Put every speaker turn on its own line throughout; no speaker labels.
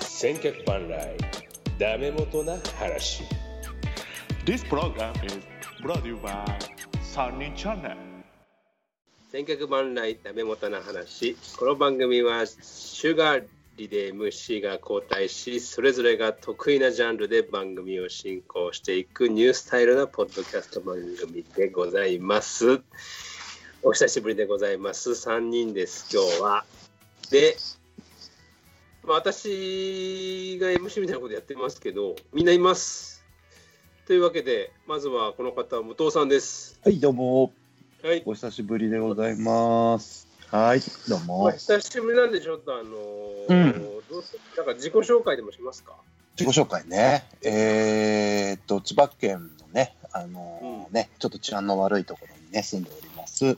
千客万来ダメ元な話
This program is brought to you by Sunny Channel.
千客万来ダメ元な話この番組はシュガーリで MC が交代しそれぞれが得意なジャンルで番組を進行していくニュースタイルなポッドキャスト番組でございますお久しぶりでございます3人です今日はでまあ私が MC みたいなことやってますけどみんないますというわけでまずはこの方武藤さんです
はい、どうも。
はい
お久しぶりでございます。はい、どう
まあ
も。
久しぶりなんでちょっとあのー
うん
どうすなんか自己紹介でもしますか
自己紹介ね。えー、っと、千葉県のね、あのーね、ちょっと治安の悪いところにね、住んでおります。
は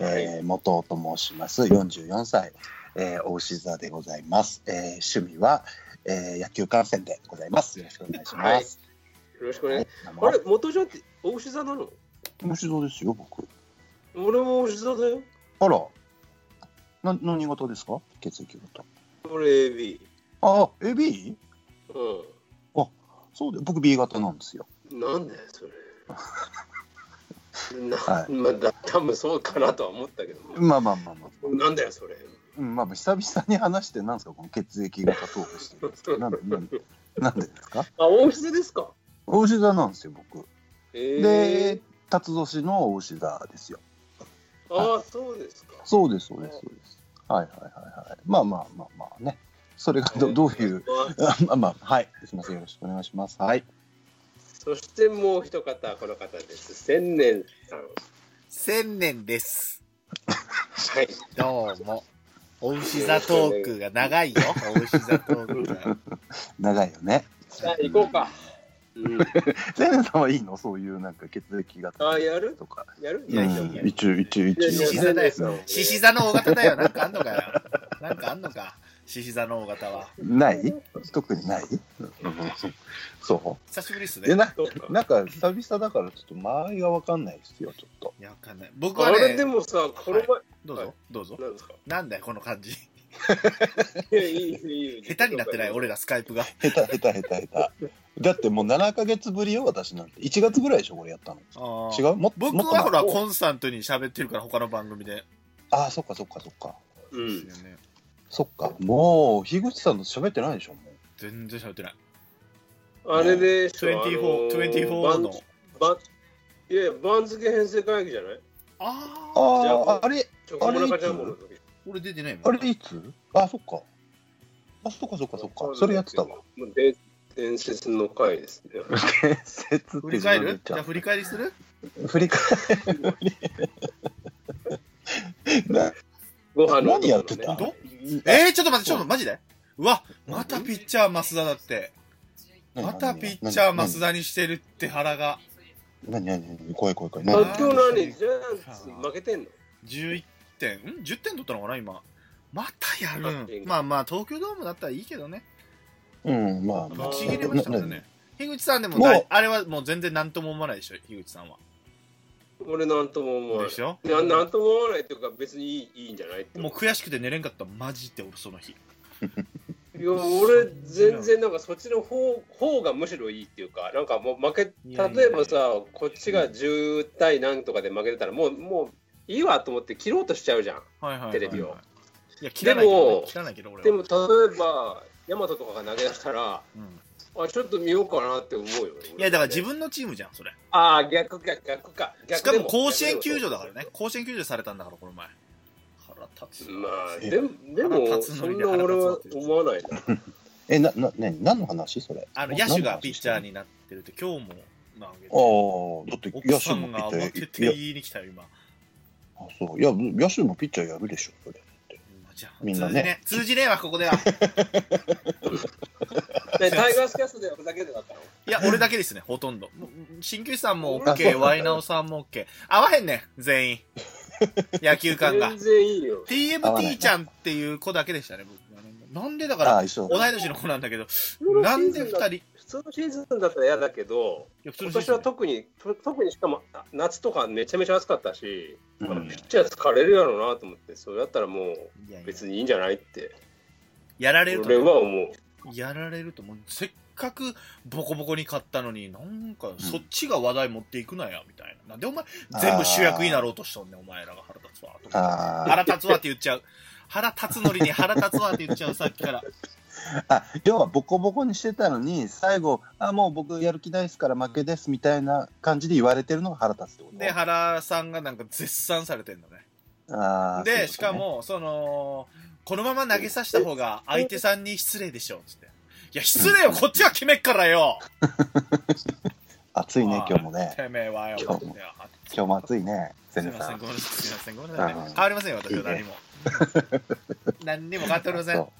えー、元と申します。44歳、えー、大志座でございます。えー、趣味は、えー、野球観戦でございます。よろしくお願いします。
よろしくね、
は
はいい、、あれ元じゃって大牛座なの
面白いですよ、僕。
俺も大牛座だよ
あら、な何事ですか血液型。
俺 AB
あ、AB?
う
そうで、僕 B 型なんですよ。
んなんだよ それな、
はい
まあだ多分そうかなとは思ったけど
まあまあまあまあ。
なんだよそれ
うん、まあ、久々に話して、なんですか、この血液型トークしてる んですけど、なんで、なんでなんでですか。
あ大牛座ですか
お牛座なんですよ、僕。
え
で、辰年のお牛座ですよ。
ああそうですか
そうです、そうです、そうです。はいはいはいはい。まあまあまあまあね。それがどどういう。
あ
あまあまあ、はい、すみません、よろしくお願いします。はい。
そしてもう一方この方です千年さん
千年です。
はい
どうも。お牛座トークが長いよ。お牛座トークが。
長いよね。
じゃあ行こうか、うん、
ゼネさんはいいの、そういうなんか血液型。
あやる
とか。
やる
うん、一応、一応、一応。
いやいやいや
そう
獅子座の大型だよ。なんかあんのかよ。なんかあんのか。獅子座の大型は。
ない。特にない。うんそう。
久しぶりっす
で
ね。
ななんか久々だからちょっと間合いが分かんないですよちょっと
いや、わかんない。僕
あ
は
れ
ね
で、もさ、この前、
どうぞ、どうぞ。
なんですか
なんだよ、この感じ。
いや、いい、いい。
下手になってない、。俺らスカイプが。
下手下手下手下手だってもう7か月ぶりよ私なんて1月ぐらいでしょこれやったの違
違
うもっ
僕
もっと前
はほら、コンスタントに喋ってるから、他の番組で。
ああそっかそっかそっか
うん。
そっかもう樋口さんと喋ってないでしょも
全然喋ってない。
あれでしょ、
24、24の。
バンいやいや、番付編成会議じゃない
あ
う
あ、
じゃあ
あ
もう
ああれ
ちょ、小村ちゃんもの時。
俺出てないも
あ
ん。
れいつああそっかあそっかそっかそっかそれやってたわ。
もうで伝説の回ですね。
伝 説
振り返るじゃあ振り返りする
振り返るな
ご飯の、
何やってた
本当
え
えー、ちょっと待って、ちょっと待ってマジでうわ、またピッチャー増田だって。またピッチャー増田にしてるって腹が。
何何何怖い怖い怖い
あ
何
今日何ジャイアンツ負けてんの
11点、ん ?10 点取ったのかな、今。またや
バッティン
るん。
グ
まあまあ、東京ドームだったらいいけどね。
うんまあ
ぶ
まあ
ち切れましたもんね。樋口さんでも
もう
あれはもう全然何とも思わないでしょ、樋口さんは。
俺なんとも思わな
でしょ
い。ななんとも思わないというか、別にいいいいんじゃないって
もう悔しくて寝れんかった、マジで俺その日。
いや俺全然なんかそっちの方方がむしろいいっていうかなんかもう負け
いやいや
例えばさこっちが10対何とかで負けてたらもうもういいわと思って切ろうとしちゃうじゃん
はいはいはいはい。
テレビを
いや、切らないけ
で
ど、
も
ね、切らないけど俺は。
でも例えば大和とかが投げ出したら
うん
あちょっと見ようかなって思うよ
いや、だから自分のチームじゃん、それ。
ああ逆か逆か逆
しか
で
も甲子園球場だから
逆
ね甲子園球場されたんだからこの前腹立つ
でもまあ
え
でもで
腹
も
立つ
そ
の
ん
にね
な俺は思わないな
えなな何何の話それ
あの
な
野手がピッチャーになってるって今日も投げ
ああ
て
だって野手
奥さ
も
ん
ピッ
が
チ
慌
ャ
て
ー
て
やいや
言いに来たよ今
あそういや野手もピッチャーやるでしょそれ
じゃあ
みんな
通じ
ね
ね通じねえわここ では
でタイガースキャストではふざけてなかったの
いや俺だけですねほとんどもう鍼灸師さん
あ
も
そう なん
OK
だ
ワイナオさんも OK 合わへんね全 員野球感が
全然いいよ
TMT ちゃんっていう子だけでしたね僕はねなんでだか
あ
ら
あ一緒
同い年の子なんだけどなんで二人い
普通のシーズンだったら嫌だけど、
や普通
今
の選
年
手
は特に、と特にしかもあ夏とかめちゃめちゃ暑かったし、
う
まあ
ん
ピッチャー疲れるやろうなと思って、それだったらもう
いやいや
別にいいんじゃないって、
やられると
俺は思う。
やられるともうせっかくボコボコに買ったのになんかそっちが話題持っていくなやみたいななんでお前全部主役になろうとしとんねんお前らが腹立つわとか
あー
腹立つわって言っちゃう腹立つのりに腹立つわって言っちゃうさっきから
あ要はボコボコにしてたのに最後あもう僕やる気ないですから負けですみたいな感じで言われてるのが腹立つってこと
で原さんがなんか絶賛されてんのね
あーそういうこと
で
ね
しかもそのこのまま投げさせた方が相手さんに失礼でしょっつっていや失礼をこっちが決めっからよ
暑 いね今日もね
てめえはよ
今日も今日も暑いね
す
ゼ
み
ネ
ま
さ
せ
ん
ん、ごめんなさい、すみません、ごめんなさい
うん。
変わりませんよ、私
い
はい
ね
何も。 何にも変わっておりません。
そ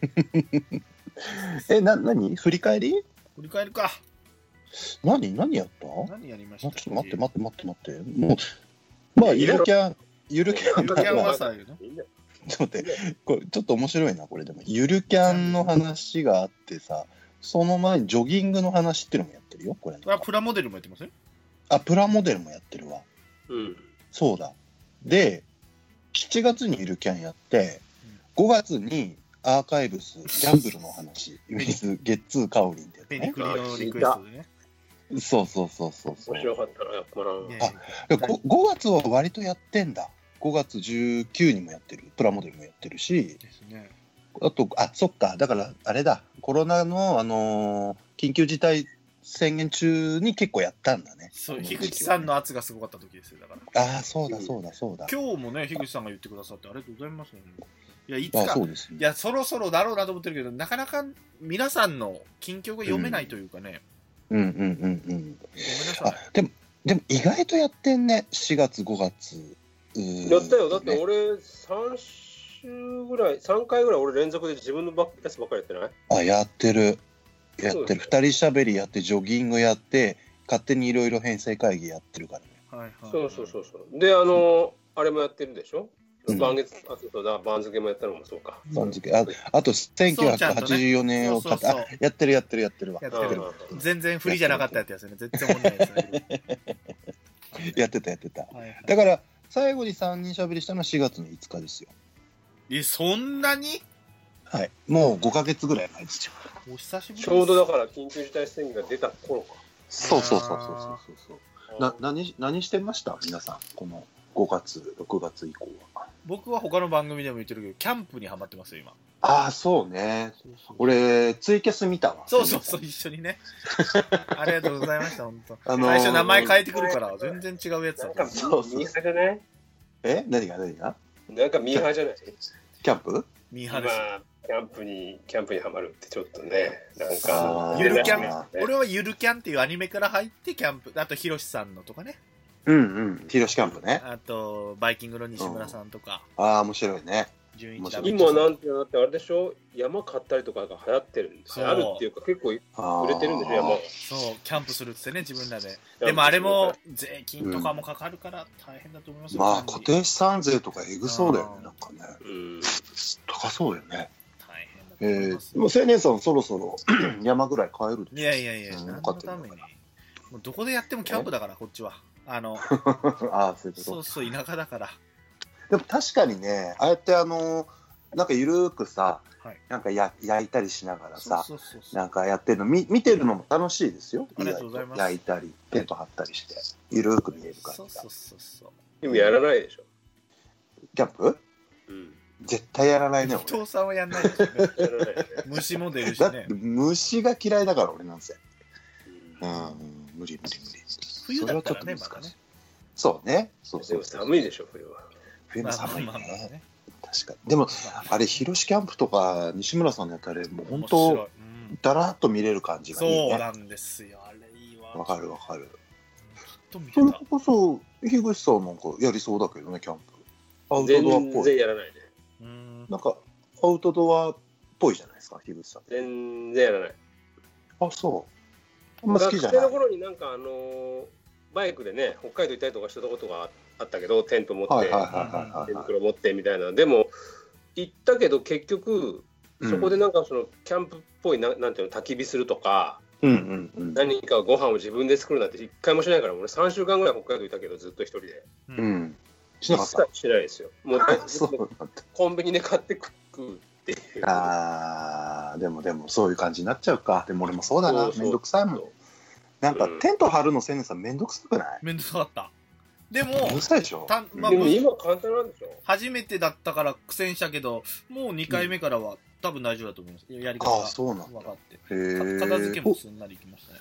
振
う えな何振り返り
り返るか。
何何やった
何やりまし
ちょ
た
っと待って待って待って待ってもうまあゆるキャンゆるキャン
ゆ
だ
るキ
か
ャンは
ら
さ、言うの
みんな
ちょっと待ってこれちょっと面白いなこれでもゆるキャンの話があってさその前にジョギングの話っていうのもやってるよこれ
これはプラモデルもやってますよ。
あプラモデルもやってるわ
うん。
そうだ。で、7月にゆるキャンやって、5月にアーカイブス、ギャンブルの 話、水、ゲッツーカオリンで
ペニ
ね。
クリのリクエストでね。
そうそうそうそうそう
面白かったな、やっぱな。
ね
あでご 5, 月は割とやってんだ。5月19にもやってる。プラモデルもやってるし、
ですね。
あと、あ、そっか。だから、あれだ。コロナの、あのー緊急事態宣言中に結構やったんだね。
そう、樋口さんの圧がすごかった時ですよ、だから。
ああ、そうだそうだそうだ。
今日もね、樋口さんが言ってくださって、ありがとうございます。いや、いつ
あ
か
そ、うですね
い。や、そろそろだろうなと思ってるけど、なかなか皆さんの近況が読めないというかね、
うんうんうんうん。
ごめんなさ
あ
い。
でもでも意外とやってんね4月5月
や
や
ったよ。だって俺、3週ぐらい、3回ぐらい俺連続で自分のばっやつばっかりやってない
あやってるやっ
そう
て
だ
る
よ
2人しゃべりやってジョギングやって勝手にいろいろ編成会議やってるからね
はいはい。
そうそうそうそう。で、あの、あれもやってるでしょ
うん
番月、あ、そうそうだ、番付もやったのもそうか。
その時期ああと1984年を
そうちゃんとねそうそうそう
あやってるやってるやってるわ
やっ
う
てる
ん
全然振りじゃなかったやつですね。全然おもんないやつね。
やってたやってた
はいはい
だから最後に3人しゃべりしたのは4月の5日ですよ
え、そんなに
はいもう5か月ぐらい前ですよ
お久しぶりです
ちょうどだから緊急事態宣言が出た頃か。
そうそうそうそうそうそうそうな
あ
何何してました皆さんこの5月6月以降は
僕は他の番組でも言ってるけど、キャンプにはまってますよ、今。
ああそうね俺ツイキャス見たわ
そうそうそう、一緒にね。ありがとうございました、本当。
あのー
最初名前変えてくるから、全然違うやつだ
なん
っ
かミ
た
そうそう
ーハーじゃない
え何が何が
なんかミーハーじゃない
キャンプ
ミーハ
今
ーです。
キャンプにキャンプにはまるってちょっとねなん
あ
か
ー
ゆるキャン
ね
俺はゆるキャンっていうアニメから入ってキャンプ、あとヒロシさんのとかね、
うんうんヒロシキャンプね
あとバイキングの西村さんとか、
ああ面白いね
純
面
一
白
だ
い
今なんていうのだってあれでしょ山買ったりとかが流行ってるんです
そう
よあるっていうか結構売
売
れてるんでしょ山
そう、キャンプするっつってね、自分らで。でもあれも税金とかもかかるから大変だと思いますよ
まあ
管
固
理
定資産税とかえぐそうだよ
う
ね
ん
なんかね
うん
高そうだよね
大変だと
え
思います
ー、
よ
もう青年さんそろそ ろ山ぐらい買えるでしょ
いやいやいや、
うん
何の
分かって
た
る
め
ん
に
だか
もうどこでやってもキャンプだから、こっちは。あの、
らああそういうこと
そうそう、田舎だから。
でも確かにねああやってあのなんかゆるーくさ、
はい
なんかや焼いたりしながら
そう
さ
そうそうそう。
なんかやってるの見見てるのも楽しいですよ
ありがとうございます
焼いたりテント張ったりしてゆるーく見える感
そう
じが
そうそうそう。
でもやらないでしょ
キャンプ
うん
絶対やらないね
伊
俺
藤さんはやんないですよ ね。
やらないね
虫も出るし
だって
ね。
虫が嫌いだから俺なんせう
うんん
無理無理無理
冬だった
そ
ら
れ
ね、
はちょっと
まだ
難しい
ね。
そうねそう
で
そう
も寒いでしょ冬は
冬
ま
も
あまあ
寒い
まあまあ
ね
ね。
確かにでもあれ広しキャンプとか西村さんのやったらあれもう本当だらっと見れる感じ
面
がい
白
い
いうんそ
ね
うなんですよ。あれいいわ。
わかるわかる
ち
そ
ょっと見
れ
てた。
こそ、樋口さんなんかやりそうだけどね、キャンプ。アウトドアっ
全
ぽい。
然やらないね
うん。
なんか、アウトドアっぽいじゃないですか、樋口さん。
全然やらない
あ、そう。あんま好
学
きじゃ
生
ない
の。頃になんかあのバイクでね北海道行ったりとかしたことがあったけどテント持って
はいはいはいは
手
い、はい
袋持ってみたいな、でも行ったけど結局
うん
そこでなんかそのキャンプっぽいななんていうの焚き火するとか
うんうんうん。
何かご飯を自分で作るなんて一回もしないから俺3週間ぐらい北海道いたけどずっと一人で
う
うん
ん。し
一
なかっ
切しない ですよもう
た。そうなんだ
コンビニで買って食うっていう
あーでもでもそういう感じになっちゃうかでも俺もそうだな
そうそう
めんどくさいもんなんか
うん
テント張るの千年さんめんどくさくない
面倒くさかったでも
めんどくさいでしょ
た、まあ、
でも今簡単なんでしょ
初めてだったから苦戦したけどもう2回目からは多分大丈夫だと思いますやり方
あ
が
あそうなんだ
分かって
へ
か
え
片付けもすんなりいきましたね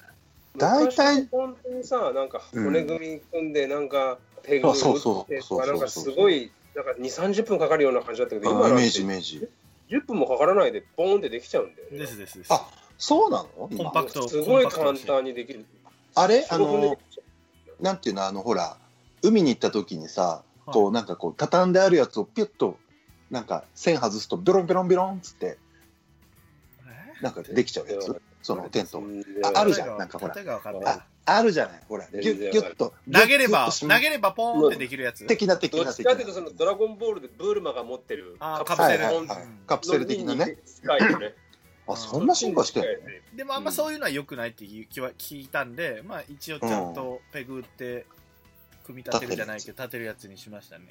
大体
昔本当にさなんか骨組み組んでなんかペグ打
そうそ
っ
う
て
そうそうそう
なんかすごいなんか2 3 0分かかるような感じだったけど今
あイ
なん
メ
て
ージイメージ
10分もかからないでボーンってできちゃうんだよね
ですですです
あそうなの
コン
今
パクト
すごい
コンパ
簡
クト
単にできる
あれあ
15分でで
の
きちゃう
なんていうのあのほら海に行った時にさ
はい
こうなんかこう畳んであるやつをピュッとなんか線外すとビロンビロンビロンっつって
え
なんかできちゃうやつそのテント
全
あ
然
あるじゃんなんかほら
縦が分かんない
ああるじゃないほらギュッギュッと
投げれ
ギ
ば
ュッと締
投
め
げればポーンってできるやつ
的な的
ど
な
っち
的
か
な
っていうとそのドラゴンボールでブールマが持ってる
あー
カプ
カ
セ
プセ
ル
はいは
ル
い
の
はいカプセル的なね
近いよ ね
あそんな進化してんの
でもあんまそういうのは良くないっていう気は聞いたんで、まあ一応ちゃんとペグ打って組み立てるじゃないけど立てるやつにしましたね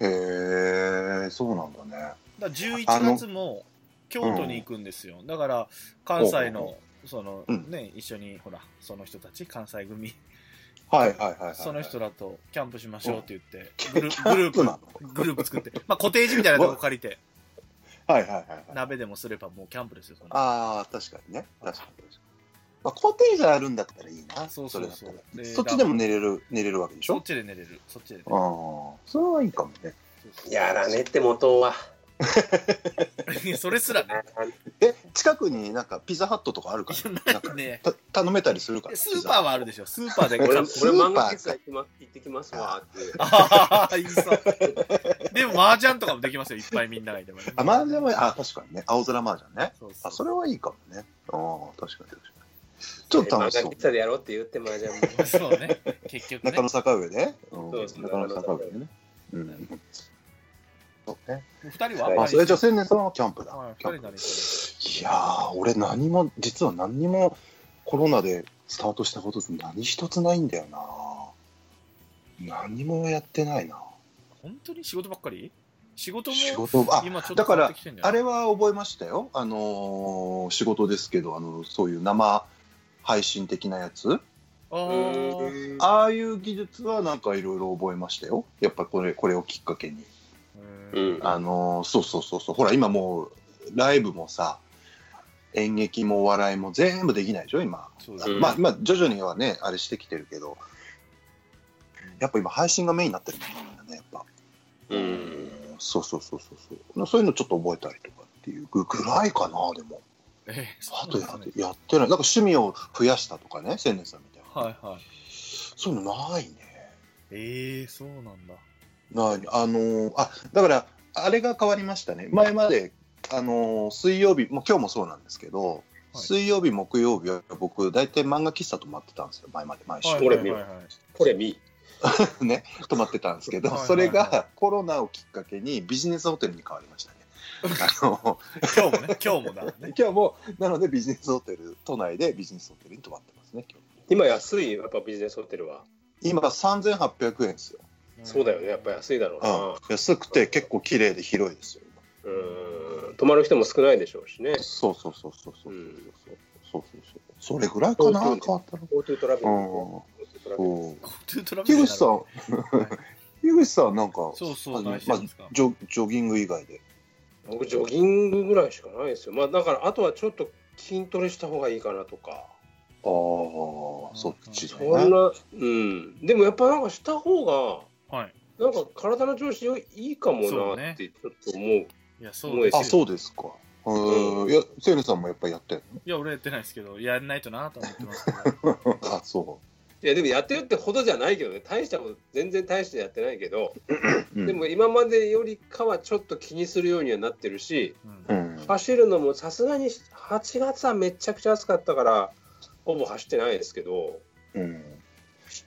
へえそうなんだね
だから11月も京都に行くんですよ、だから関西のその、
うん
ね一緒にほらその人たち関西組
はいはいはい、はい、
その人らとキャンプしましょうって言って
グル
グル
グ
グ
ル
ル
ープな
ー
の
プグループ作って、まあ、コテージみたいなとこ借りて
はいはいはいはい
鍋でもすればもうキャンプですよそんな
ああ確かにね確かに確かに、まあ、コテージあるんだったらいいな
そうそうそう
れだったら
で
そっちでも寝れる寝れるわけでし
そ
ょ
っちで寝れるそっちで寝れ
あ
る
あそれはいいかもね
やらねって元は
い やそれすらね
え近くになんかピザハットとかあるからなんか
ね
た頼めたりするから
スーパーはあるでしょスーパーで
俺俺
買う
スーパー
漫画喫茶行きま行ってきますわって
ああいいそうでも麻雀とかもできますよいっぱいみんながいてもね
あマージャンはあ確かにね青空マージャンね
そうそう
あそれはいいかもねああ確かに確かにちょっと楽しそ
漫画
う
喫茶でやろうって言って麻雀も
そうね結局ね
中野坂上ね、うん、
そうです
中野坂上ねうんそうね
二人は
はい
あそれじゃあ千年さんはキャンプだ
はい二
キャンプ
人なりそ
いやー、俺何も、実は何にもコロナでスタートしたことって何一つないんだよな。何もやってないな。
れ本当に仕事ばっかり仕事も
仕事、あ、
今ちょっ
だ
と
か
変わ
ら
ってきてんじゃ
あ
ない
れは覚えましたよ。あのー仕事ですけど、あの、そういう生配信的なやつ。
あー
うん
ああいう技術はなんかいろいろ覚えましたよ。やっぱこれ、これをきっかけに。
うん
あのーそうそうそうそう。ほら、今もう、ライブもさ、演劇もお笑いも全部できないでしょ、今。
そう
うん
まあ、今徐々にはねあれしてきてるけどやっぱ今配信がメインになってるもんねやっぱ
うん
そうそうそうそうそうそういうのちょっと覚えたりとかっていうぐらいかなでも
え
あとやってやってないなんか趣味を増やしたとかね千年さんみたいな、
はいはい
そういうのないね
ええそうなんだ
ないあのーあだからあれが変わりましたね前まであのー水曜日もう今日もそうなんですけど、
はい
水曜日木曜日は僕大体漫画喫茶泊まってたんですよ前まで毎週、
い俺見るこれ見
ね、泊まってたんですけど、
はいはいはい
それがコロナをきっかけにビジネスホテルに変わりました ね。あの
今日もね今日もだからね
今日もなのでビジネスホテル都内でビジネスホテルに泊まってますね今
今安いやっぱビジネスホテルは
日今3800円ですよ、
そうだよねやっぱ安いだろうな
うん、安くて結構綺麗で広いですよ
う
今
ん泊まる人も少ないでしょうしね。
そうそうそうそうそうそううんそうそうそうそれぐらいかな
そうそう
変わったの
GoTo トラベル
うん
ね。GoTo トラベル
そう
トゥートラベ
樋
ル
口さん 樋口さんはなんか
そうそう
あの
何して
ま
る
あ
んですか
ジョジョギング以外で
僕、ジョギングぐらいしかないですよ。まあ、だから、あとはちょっと筋トレした方がいいかなとか。
ああそっち
そ
そ
ね
んな、うん。でもやっぱなんかした方が、
はい
なんか体の調子よいいいか
そ
もな
うね
ってちょっと思う。
いやそうですよ
あそうですかへーいや清野さんもやっぱりやってんの
いや俺やってないですけどやんないとなと思ってますけ ど
あそ
いや、でもやってるってほどじゃないけどね。大したこと、全然大してやってないけど、
う、うん
でも今までよりかはちょっと気にするようにはなってるし、
うん
うん、
走るのもさすがに8月はめちゃくちゃ暑かったから、ほぼ走ってないですけど、
うん、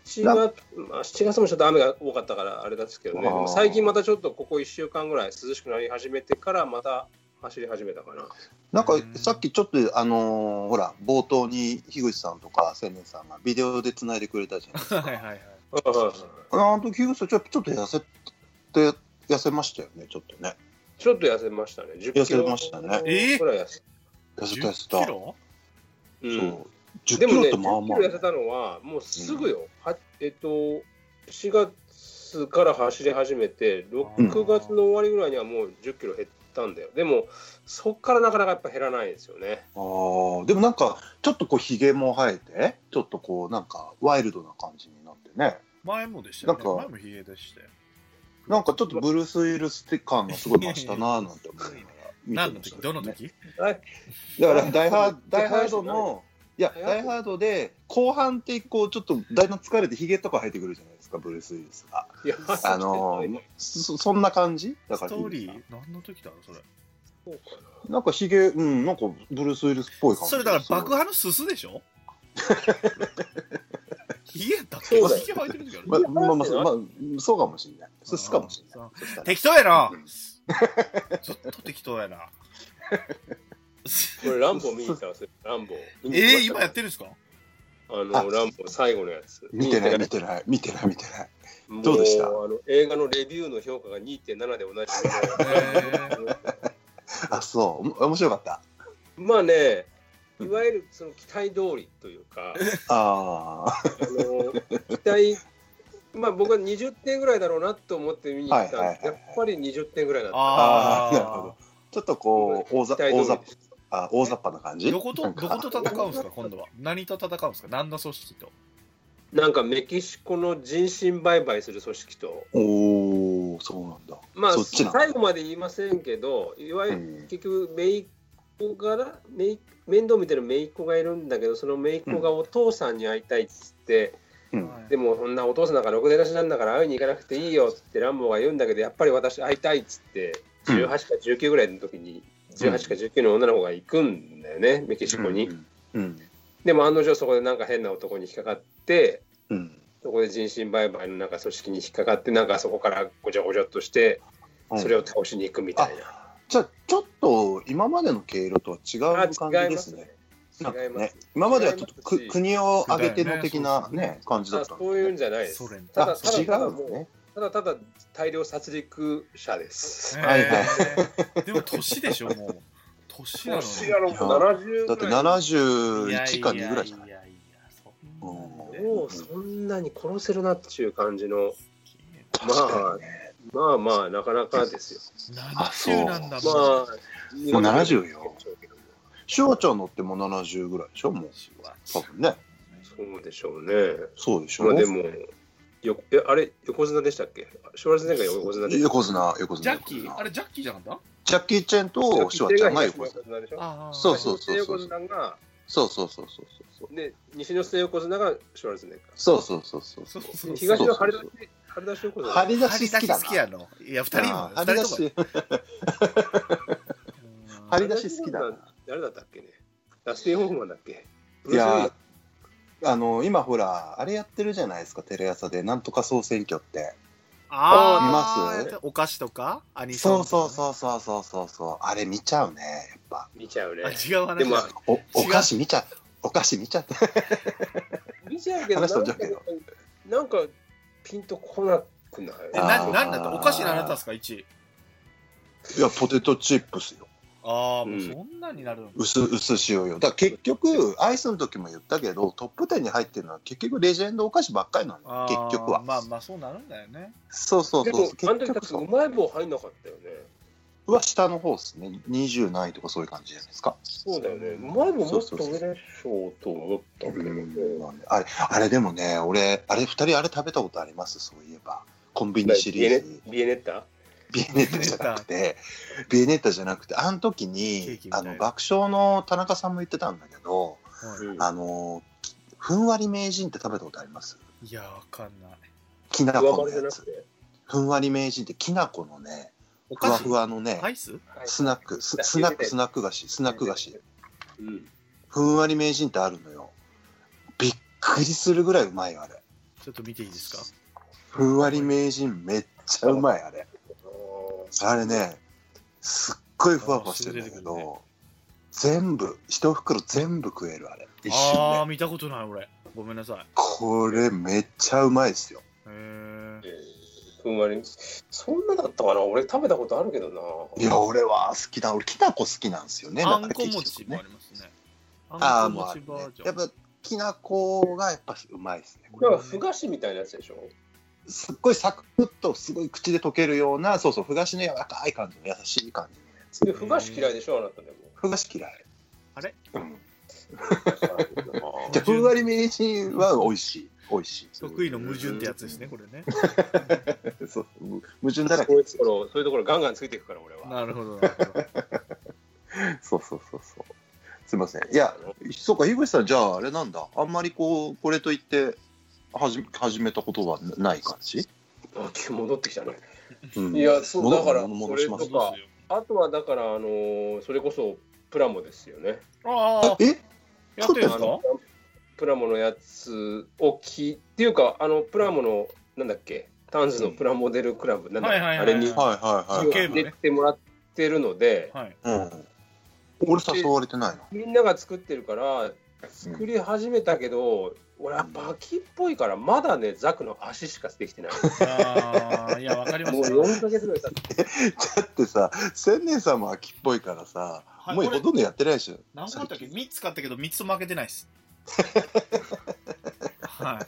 7月まあ、7月もちょっと雨が多かったからあれですけどね、で
あー
も最近またちょっとここ1週間ぐらい涼しくなり始めてから、また走り始めたかな。
なんか
うん
さっきちょっとあのーほら冒頭に樋口さんとか千年さんがビデオでつないでくれたじゃないです
はいはいはい
かあの時樋口さんちょちょっと痩せて痩せましたよねちょっとね
ちょっと痩せましたね、10キロ
痩せましたね
ぐらい痩せ
痩せた痩せ
10
た
キ。ロ
う
そ
ん
う。10キ
でも
ロっ
ね、
てまあ
10キ
まあ
ロ。痩せたのは、もうすぐよ、はえっと、4月から走り始めて、
うん
6月の終わりぐらいにはもう10キロ減ったんだよ。でも、そこからなかなかやっぱ減らないんですよね。
あーでもなんかちょっとこうひげも生えてちょっとこうなんかワイルドな感じになってね
前もでしたよ、ね
なん。か
前もヒゲでして。
なんかちょっとブルース・ウィルステ感がすごい増したなーなんて思いながら見てま
何の
した
時
け
ど
ど
の
ね
時
はい
だからダイハー
う ん
「ダイハード」のいや「ダイハード」で後半ってこうちょっとだんだん疲れてひげとか生えてくるじゃないですかブルース・ウィルスが
いや
あのーそそんな感じだか
ス
ら
トーリー何の時だろうそれ。
そうかな
なんかひげうんなんかブルース・ウィルスっぽい感じ
それだから爆破のすすでし ょヒゲやったっけ
そうだよ
ヒゲ生えてる時ある、
ままあまあそうまあそうかもしれないそうすかもしれないそしたら
適当やなずっと適当 やな
これ、ランボ見に行ったんですよ、ランボ。
え
え
ー、今やってるんですか
あ
あ
の、ランボ最後のやつ。
見てない見
見
てない見てない見てない
も
どうでした
あの映画のレビューの評価が2.7で同じみたいな。
あそうおも面白かった
まあね、いわゆるその期待通りというか、
あ
あの期待、まあ僕は20点ぐらいだろうなと思って見に行ったんです、
はいはいはいはい
やっぱり20点ぐらいだった。
あ
あ
ー
ーなるほどちょっとこう大ざ
期待通
大
り
ざ
です
あ大雑把な感じ
どこと
な
ど
んか
こと戦うんですか今度は何と戦うんですか何の組織と
なんかメキシコの人身売買する組織と、
おおそうなんだ
まあ
そっちなんだ
最後まで言いませんけど、いわゆる
うん
結局、めいっ子から、めい面倒見てるめいっ子がいるんだけど、そのめいっ子がお父さんに会いたいっつって、
うん
はい
でもそんなお父さんなんかろくでなしなんだから会いに行かなくていいよってランボーが言うんだけど、やっぱり私会いたいっつって、
うん
18か19ぐらいの時に、18か19の女の子が行くんだよね、メキシコに。
うん
でも案の定そこでなんか変な男に引っかかって、
うん
そこで人身売買のなんか組織に引っかかって、なんかそこからごちゃごちゃっとして、
うん
それを倒しに行くみたいな。
じゃあちょっと今までの経路とは違
あ
う感じですね。
違いま
な
す
んか
ね。違います。
今まではちょっとく
違いますし
国を挙げての的
そ
な
うだよね
ね感じだ
あ
ったんで
そ
す
う
ね
いうんじゃないです
ソ。連
た
あ
だただ
違うのね
ただただ大量殺戮者です。
はいはい
いでも年でしょもう年なの
年がろ
いや
70
だって
ぐらい
71か2ぐらいじゃない
いやいやいやそんな
うん
もうそんなに殺せるなっていう感じの、
確かにね
まあまあ、なかなかですよ。
あそう
70なんだ
ま
も
あ、
う
もう70よシュワちゃんのってもう70ぐらいでしょもう多分ね
そうでしょうね。
そうでしょ
まあでも、よえあれ、横綱でしたっけショーラズネッガー横綱でしたっ
横綱横綱
ジャッキー
横
あ
綱
れジャッキーじゃなかっ
ジャッキー・チェン
け
とシュワちゃんが横
東
綱
の横綱でしょ
たああ
そうそうそうそう
横綱が、
そうそうそうそうそう
で西の末横綱がショーラズネッガ
そうそうそうそう
そうそうそ
ー。
う
東
は
の張り出し張り出し横綱。
張り出
張
し
り
好
出
き
し
だ
好
な
きやのいや二人も
あー張
二
り
人
出
とか
し張り出し好きだな
誰だったっけねダスティン・ホフマンだっけ
いやあの今ほらあれやってるじゃないですかテレ朝でなんとか総選挙って
あ
あー
ー
見
お菓子とかアニソン
そうそう
う
そうそうそうそうそうあれ見ちゃうねやっぱ
見ちゃうね。
違う話
でも
だ
おお菓子見ちゃお菓子見ちゃって
見ちゃうけど、なん
話し
か
とんじゃうけど
なんかピンとこなくない
え
あ
な
ー
なんだったお菓子のあなたですか1位
いやポテトチップスよ
ああ
うん
もうそんなになるの
薄薄塩よだから結局アイスの時も言ったけどトップ10に入ってるのは結局レジェンドお菓子ばっかりなの
あ
よ
ー
結局は、
まあまあそうなるんだよね
そうそう
で
そ
も
う、
あ
結
の時
局
確か
そうう
まい棒入んなかったよね。
は下の方ですね20ないとかそういう感じじゃないですか
そうだよね。うまい棒もっと上でしょうと思ったけどね。
なんであれあれでもね俺あれ2人あれ食べたことありますそういえばコンビニシリーズ
ビエネッタ
ビエネッタじゃなくてビエネッタじゃなくてあの時
ケー
に
キみた
あ
いな
の爆笑の田中さんも言ってたんだけどあのふんわり名人って食べたことあります
いやわかんない
きな
上
こ
丸じゃ
のや
なく
つ
て。
ふんわり名人ってきなこのね
お
ふ
菓
わ
子
ふわのね
アイス
スナックススナックスナック菓子スナック菓子
うん。
ふんわり名人ってあるのよびっくりするぐらいうまいよあれ
ちょっと見ていいですか
ふんわり名人めっちゃうまいあれあれねすっごいふわふわしてるんだけど、全部一袋全部食えるあれ一
あ
瞬
あー
で
見たことない俺ごめんなさいへ
これめっちゃうまいですよ
え
えーふんわりそんなだったかな俺食べたことあるけどない
や俺は好きだ俺きなこ好きなんですよね
あ
だ
ん
から
こ
結
餅
局
もあ
ね
りますね。
あ
あ
あ
んこ
もうあ
餅
る
バー
ね
ジ
や
ョ
っ
ン。
ぱきなこがやっぱうまいですねこ
だから
れ
ふ菓子みたいなやつでしょ
すっごいサクッとすごい口で溶けるようなそうそうふがしの柔らかい感じの優しい感じのやつ
でふ菓子嫌いでしょあなたでも
ふがし嫌い
あれ
うん
矛
じゃ
盾
あふんわり名人は美味しい美味しい
得意の矛盾ってやつですね、これね。
そうむ矛盾だらけ
そういうところそういうところガンガンついていくから俺は
なるほど、 なるほど。
そうそうそうそうすいませんいやそうか樋口さんじゃああれなんだあんまりこうこれといって始め始めたことはない感じ、
あ急に戻ってきたね
うん
いやそう
戻
だから
戻
そ
戻
れ
し
と
ま
か
す
あとはだからあのーそれこそプラモですよね
ああ、
え
やってるんです
あ
か
のプラモのやつをきっていうかあのプラモのなんだっけタンズのプラモデルクラブなんだっけ、
はいはいはい
あれに
はいはいはい
ゲームね
出てもらってるので、
はい。
うん、俺誘われてないな
みんなが作ってるから作り始めたけど、俺はバキっぽいからまだねザクの足しかできてない
ああ、いや、わかりま
もう
すよ。
4ヶ月ぐらい経って
だってさ千年さんも秋っぽいからさ、
はい
もう
これ
ほとんどやってないでしょ
何個あったっけ ?3 つ買ったけど、3つとも負けてないっす。は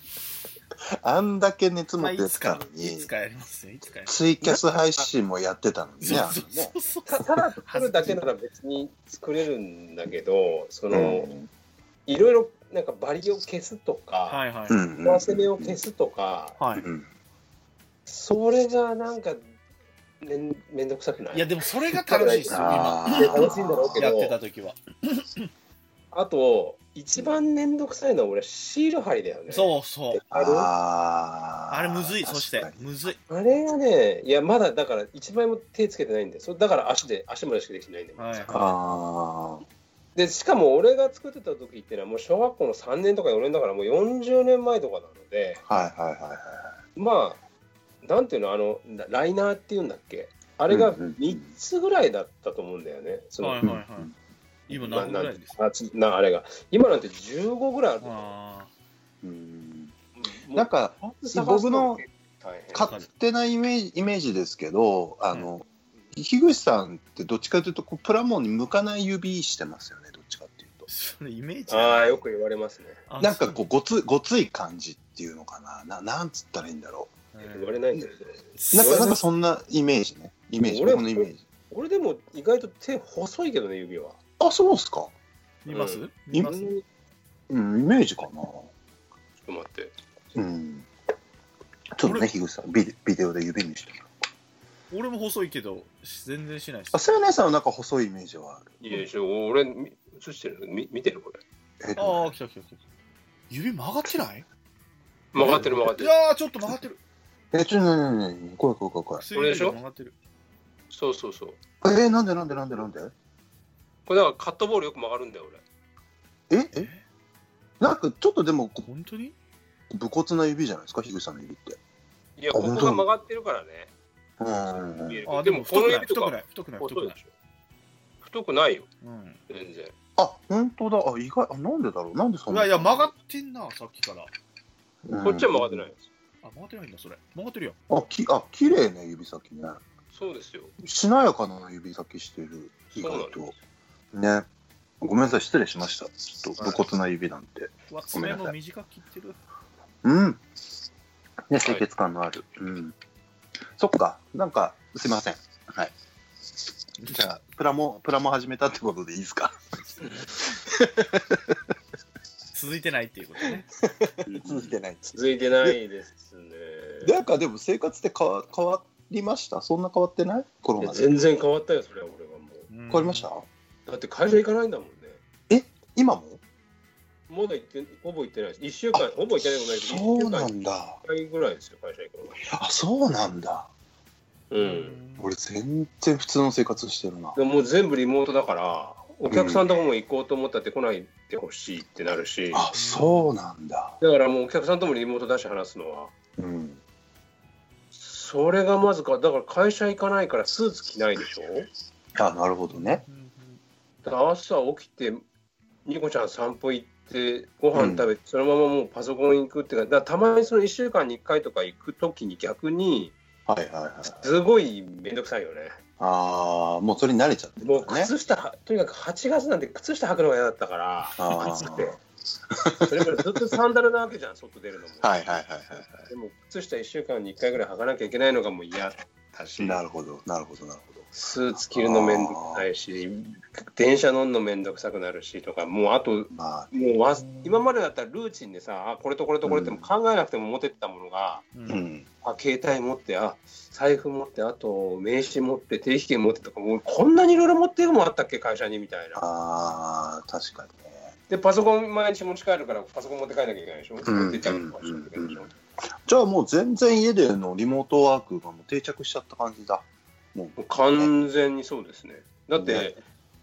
あんだけ熱
い。ま
持
あ、
っ
い
てやっ
つ
てた
か
の、
い
に
つかやりますよ、いつかやり
ツイキャス配信もやってたのにね
ます。そうそうそうそう。
たただ作るだけなら別に作れるんだけどそ
あの
の
ね
いろいろなんかバリを消すとか、
はいはい。
うんうん
壊せ目を消すとか、
はい。
うん
それがなんかめんめんどくさくない
いや、でもそれが楽しいっすよ、今。
あー
いや楽しいんだろうけど
やってた時は。
あと一番めんどくさいのは俺シール貼りだよね
そうそう。
あれ
あー
あれむずい、そして
確か。に
むずい。
あれがねいやまだだから一枚も手つけてないんでそれだから足で足までしかできてないんで、
はい
あー
でしかも俺が作ってた時ってのはもう小学校の3年とか4年だからもう40年前とかなので
はいはいはいはい
まあなんていうのあのラライナーっていうんだっけあれが
うんうんうん
3つぐらいだったと思うんだよねその、
はいはいはい。今何個ぐらいですか
あつなあれが今なんて15ぐらいあると思
あ
うん
う
なんか
もう
僕の
大変
勝手なイメージイメージですけどあの、樋口さんってどっちかというとこうプラモンに向かない指してますよねどっちかっていうと
ーそれイメージ
ああよく言われますね
なんかこうごつごつい感じっていうのかなななんつったらいいんだろ
う
言われないんだけど
うなんかなんか
そ
そんなイメージねイメージ
俺
僕のイメージ
俺でも意外と手細いけどね指は
あそうっすか
見ます
うん
見
あ
ま
ん
す
なに
うんイメージかな
ちょっと待って
うんちょっとね
俺
樋口さんビデビデオで指にしてもらう
俺も細いけど全然しないです
あさよねさんはなんか細いイメージはあ
い
る
いでしょ俺み映してるみ見てるこれ
えっ
あ
と
ー来た来た来た指曲がってない
曲がってる曲がって
い
る
やーちょっと曲がってる
えちょっとねねねね怖い怖い怖い怖い
薬指が曲がってる
そうそうそう
えー、なんでなんでなんでなんで
これだからカットボールよく曲がるんだよ俺
ええなんかちょっとでもこ
本当に
武骨な指じゃないですか樋口さんの指って
いや
あ
ここ
本当
が曲がってるからね
うん
見えるけ
あ
ど
ー
で
で
も
も
こ
太
の
くない
指と
太くな
か
い太くない太
細い
くな
で
い
しょ太くないよ
うん
全然
あ本当だあ意外あなんでだろうなんでそん
い
な
やいや曲がってんなさっきから
うん
こっちは曲がってないです
あ曲がってないんだそれ曲がってるよ
あきあ綺麗ね指先ね
そうですよ
しなやかな指先してる意外とねごめんなさい失礼しましたちょっと武骨な指なんて
うわ
ごめん
爪
なさい
も短く切ってる
うんね清潔感のある、うんそっかなんかすいませんはいじゃあプラモプラモ始めたってことでいいですか
続いてないっていうことね
続いてないです
続いてないですね
なんかでも生活って変わ変わりましたそんな変わってないコロ
いや
ナで
全然変わったよそれは俺はもう
変
変わりました
だって会社行かないんだもんね
今も
まだ行ってほぼ行ってないです1週間ほぼ行ってないことないけど
そ
1週
う
間
な
に
んだ
1回ぐらいですよ会社行くのが
あそうなんだ
う
うんん
俺全然普通の生活してるな
でももう全部リモートだからお客さんとこも行こうと思ったって来ないでほしいってなるし、
あそうなんだ
だからもうお客さんともリモート出して話すのは
うん
それがまずかだから会社行かないからスーツ着ないでしょ
あなるほどね
うん
だから朝起きてニコちゃん散歩行ってご飯食べて、そのままもうパソコン行くっていうかだからたまにその1週間に1回とか行く時に逆に
はいはいはい。
すごいめんどくさいよね。
ああ、もうそれに慣れちゃってる
もう
からね。
靴下、とにかく8月なんて靴下履くのが嫌だったから、
あー
暑くて。それからずっとサンダルなわけ じゃん、外出るのも。
はいはいはいは
でも靴下1週間に1回ぐらい履かなきゃいけないのがもう嫌だし
い。、なるほど、なるほど、なるほど。
スーツ着るのめんどくさいし、電車乗んのめんどくさくなるしとか、もうあと、
まあ、
もうわ今までだったらルーチンでさ、あこれとこれとこれっても考えなくても持ててたものが、
う
うんん。
あ携帯持って、あ財布持って、あと名刺持って、定期券持ってとか、もうこんなにいろいろ持ってるもんあったっけ、会社にみたいな。
ああ、確かにね。
で、パソコン毎日持ち帰るから、パソコン持って帰んなきゃいけないでしょ。
うん
持ってっちゃうかもしれないけど
うんうんじゃあもう全然家でのリモートワークがもう定着しちゃった感じだ。もう
もう完全にそうですね。だって、
ね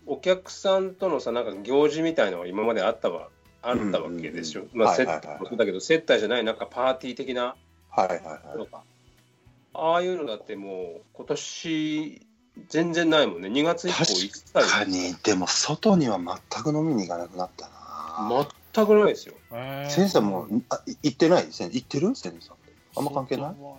お客さんとのさ、なんか行事みたいのは今まであったわあったわけですよ。
うんうんう
ま
ん
あ、
はい
接
はいはい
待もそうだけど、接待じゃない、なんかパーティー的な
はいはいはい。
のか。ああいうのだってもう、今年、全然ないもんね。2月以降一切
確かにでも外には全く飲みに行かなくなったな、
全くないですよ。
えー
先生もあい行ってない先生行ってる先生さんあんま関係ない
外は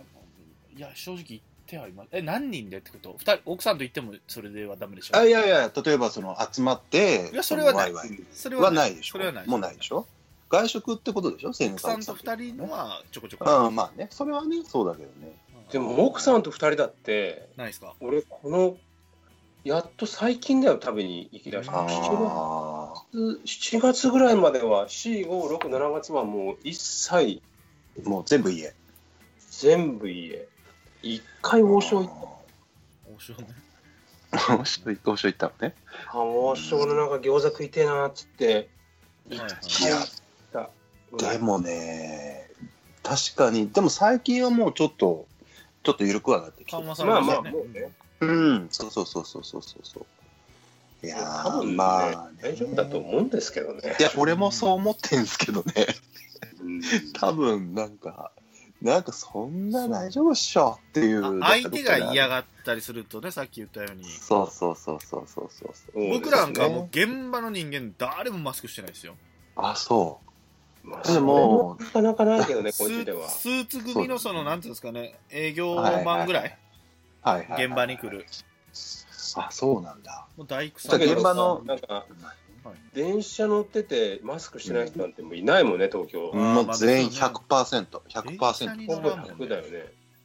いや、正直言ってはいます。え、何人でってこと二人、奥さんと言ってもそれではダメでしょ
あいやいや例えばその集まって
いやそれはな
そ
い
のワイワイ
それ
はないでしょ
それはない。
もうないでしょ外食ってことでしょ先生
奥さんと二人の
ね
はちょこちょこ。
うんまあねそれはねそうだけどね
でも、奥さんと2人だって、
ないですか
俺、この、やっと最近だよ、食べに行きだしたの。7
あ
月 ,7 月ぐらいまでは、4、5、6、7月はもう一切
あもう全部家
全部家。一回王将行っ
面白いね。
あー王将行った王将行ったのね
た。あ王将のなんか餃子食いてえなっつって。
はいはい
いやでもね確かにでも最近はもうちょっとちょっと緩くはなってきてる
緩和され
まあ
し
まあ、
たね
もうね。
うん、そうそうそうそうそうそうそう。いや
多
ー、
分ね、
まあ、ね、
大丈夫だと思うんですけどね。
いや、俺もそう思ってんすけどね。
うん
多分、なんか、なんかそんな大丈夫っしょっていう。
あ相手が嫌
が。
がったりするとね、さっき言ったように。
そうそうそうそうそうそうそう。
僕らなんかもう現場の人間、誰もマスクしてないですよ。
あ、そ
まあ
う。でも、
なかなかないけどね、
ス
今週では
ー。スーツ組のその、なんていうんですかね、営業マンぐらい、
はい、はい。
現場に来。る。
あ、そうなんだ。
もう大工さ
だ
ん
けど
現場の
なんか、
はい
電車乗ってて、マスクしてない人なんてもういないもんね、東京。
も
ま
う
あ
全員
そうね
100%、
電車
100%。
に乗
ほぼ
らんもん
100
ね
だよね。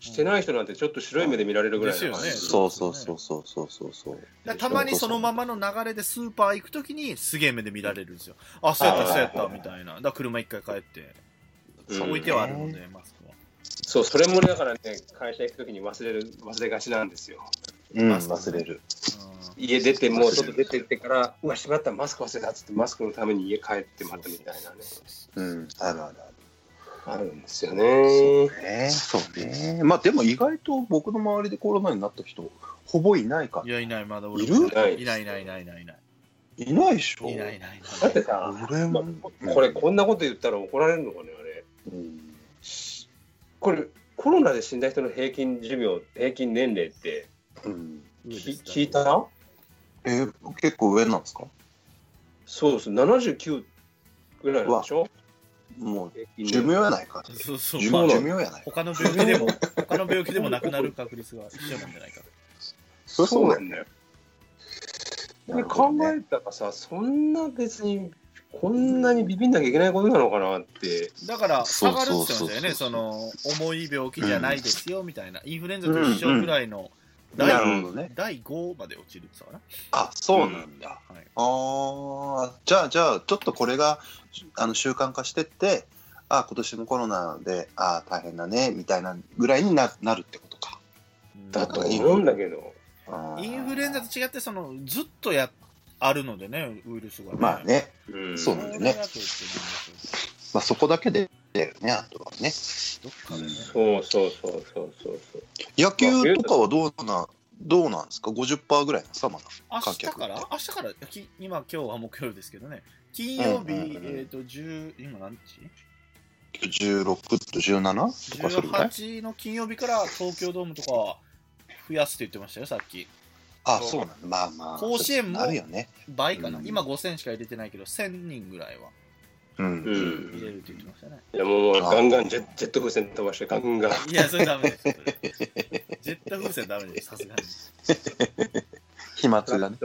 してない人なんてちょっと白い目で見られるぐらいだから
ですよね
そうそうそうそうそうそうそう。
だからたまにそのままの流れでスーパー行くときにすげえ目で見られるんですよ。あ、そうやった、そうやった、みたいな。だから車一回帰って、
うん
置いてはあるので、マスクは。
そう、それもねだからね、会社行くときに忘れる、忘れがちなんですよ。
うん、忘れる。
うん
家出て、もう外出てってから、うわ、しまった、マスク忘れたっつって、マスクのために家帰ってまたみたいなね、
うん、あるあるある。
あるんですよね。
ね、そうね。まあでも意外と僕の周りでコロナになった人、ほぼいないか
いや、いない、まだ俺
いる
いない、いない、いない、いない、いない、いない、
ら。いないでしょ。
いないいない。
だってさ、
俺
ま
も、
あこれ、こんなこと言ったら怒られるのかね、あれ。
うん
これ、コロナで死んだ人の平均寿命、平均年齢って、
うん
き聞いた
え結構上なんですか
そうそう、79ぐらいなんでしょ
もう、
平均
寿
年
命
齢
やないか。
そうそう、
寿
まあ
命寿命やないか。
他の病気でも、他の病気でもなくなる確率が一緒なんじゃないか。
そりゃそうだよ
んだよ。
なるほ
考
どね
えたらさ、そんな別に、こんなにビビんなきゃいけないことなのかなって。
だから、
そ
下
うそ
が
う
るって言って
そ
ま
うそう
したよね、その、重い病気じゃないですよ、みたいな。インフルエンザと一緒ぐらいの、第
なるほどね。
第5まで落ちるって言ってたか
あ、そうなんだ。
な。はい。
ああ、じゃあ、じゃあ、ちょっとこれが、あの、習慣化してって、あ今年もコロナで、あ大変だね、みたいなぐらいにななるってことか。だと
思うんだけど。
あー
インフルエンザと違って、その、ずっとや、あるのでね、ウイルスが、
まあ。ね。
うん
そうなんだよね
それだと言ってるんですよ
まあ、そこだけで、ね、あとはね。
どっかでね。
そうそうそうそうそうそう。
野球とかはどうな、どうなんですか ?50% ぐらいなんですかまだ。
明
観
日
客
から明日からき今、今日は木曜日ですけどね。金曜日、
うんうんうん
えっ、と、10、今何日
16と 17? とかそれぐらい
?18 の金曜日から東京ドームとかは増やすって言ってましたよ、さっき。
あ、そうなんだ。まあまあ。
甲子園も
あるよね。
倍かな、
うん
今5000しか入れてないけど、1000人ぐらいは
う。
うんん
入れるって言ってましたね。
いやもうガンガンジェッジェット風船飛ばしてガンガン
いや、それダメです。ジェット風船ダメです、さすがに。
飛沫がね。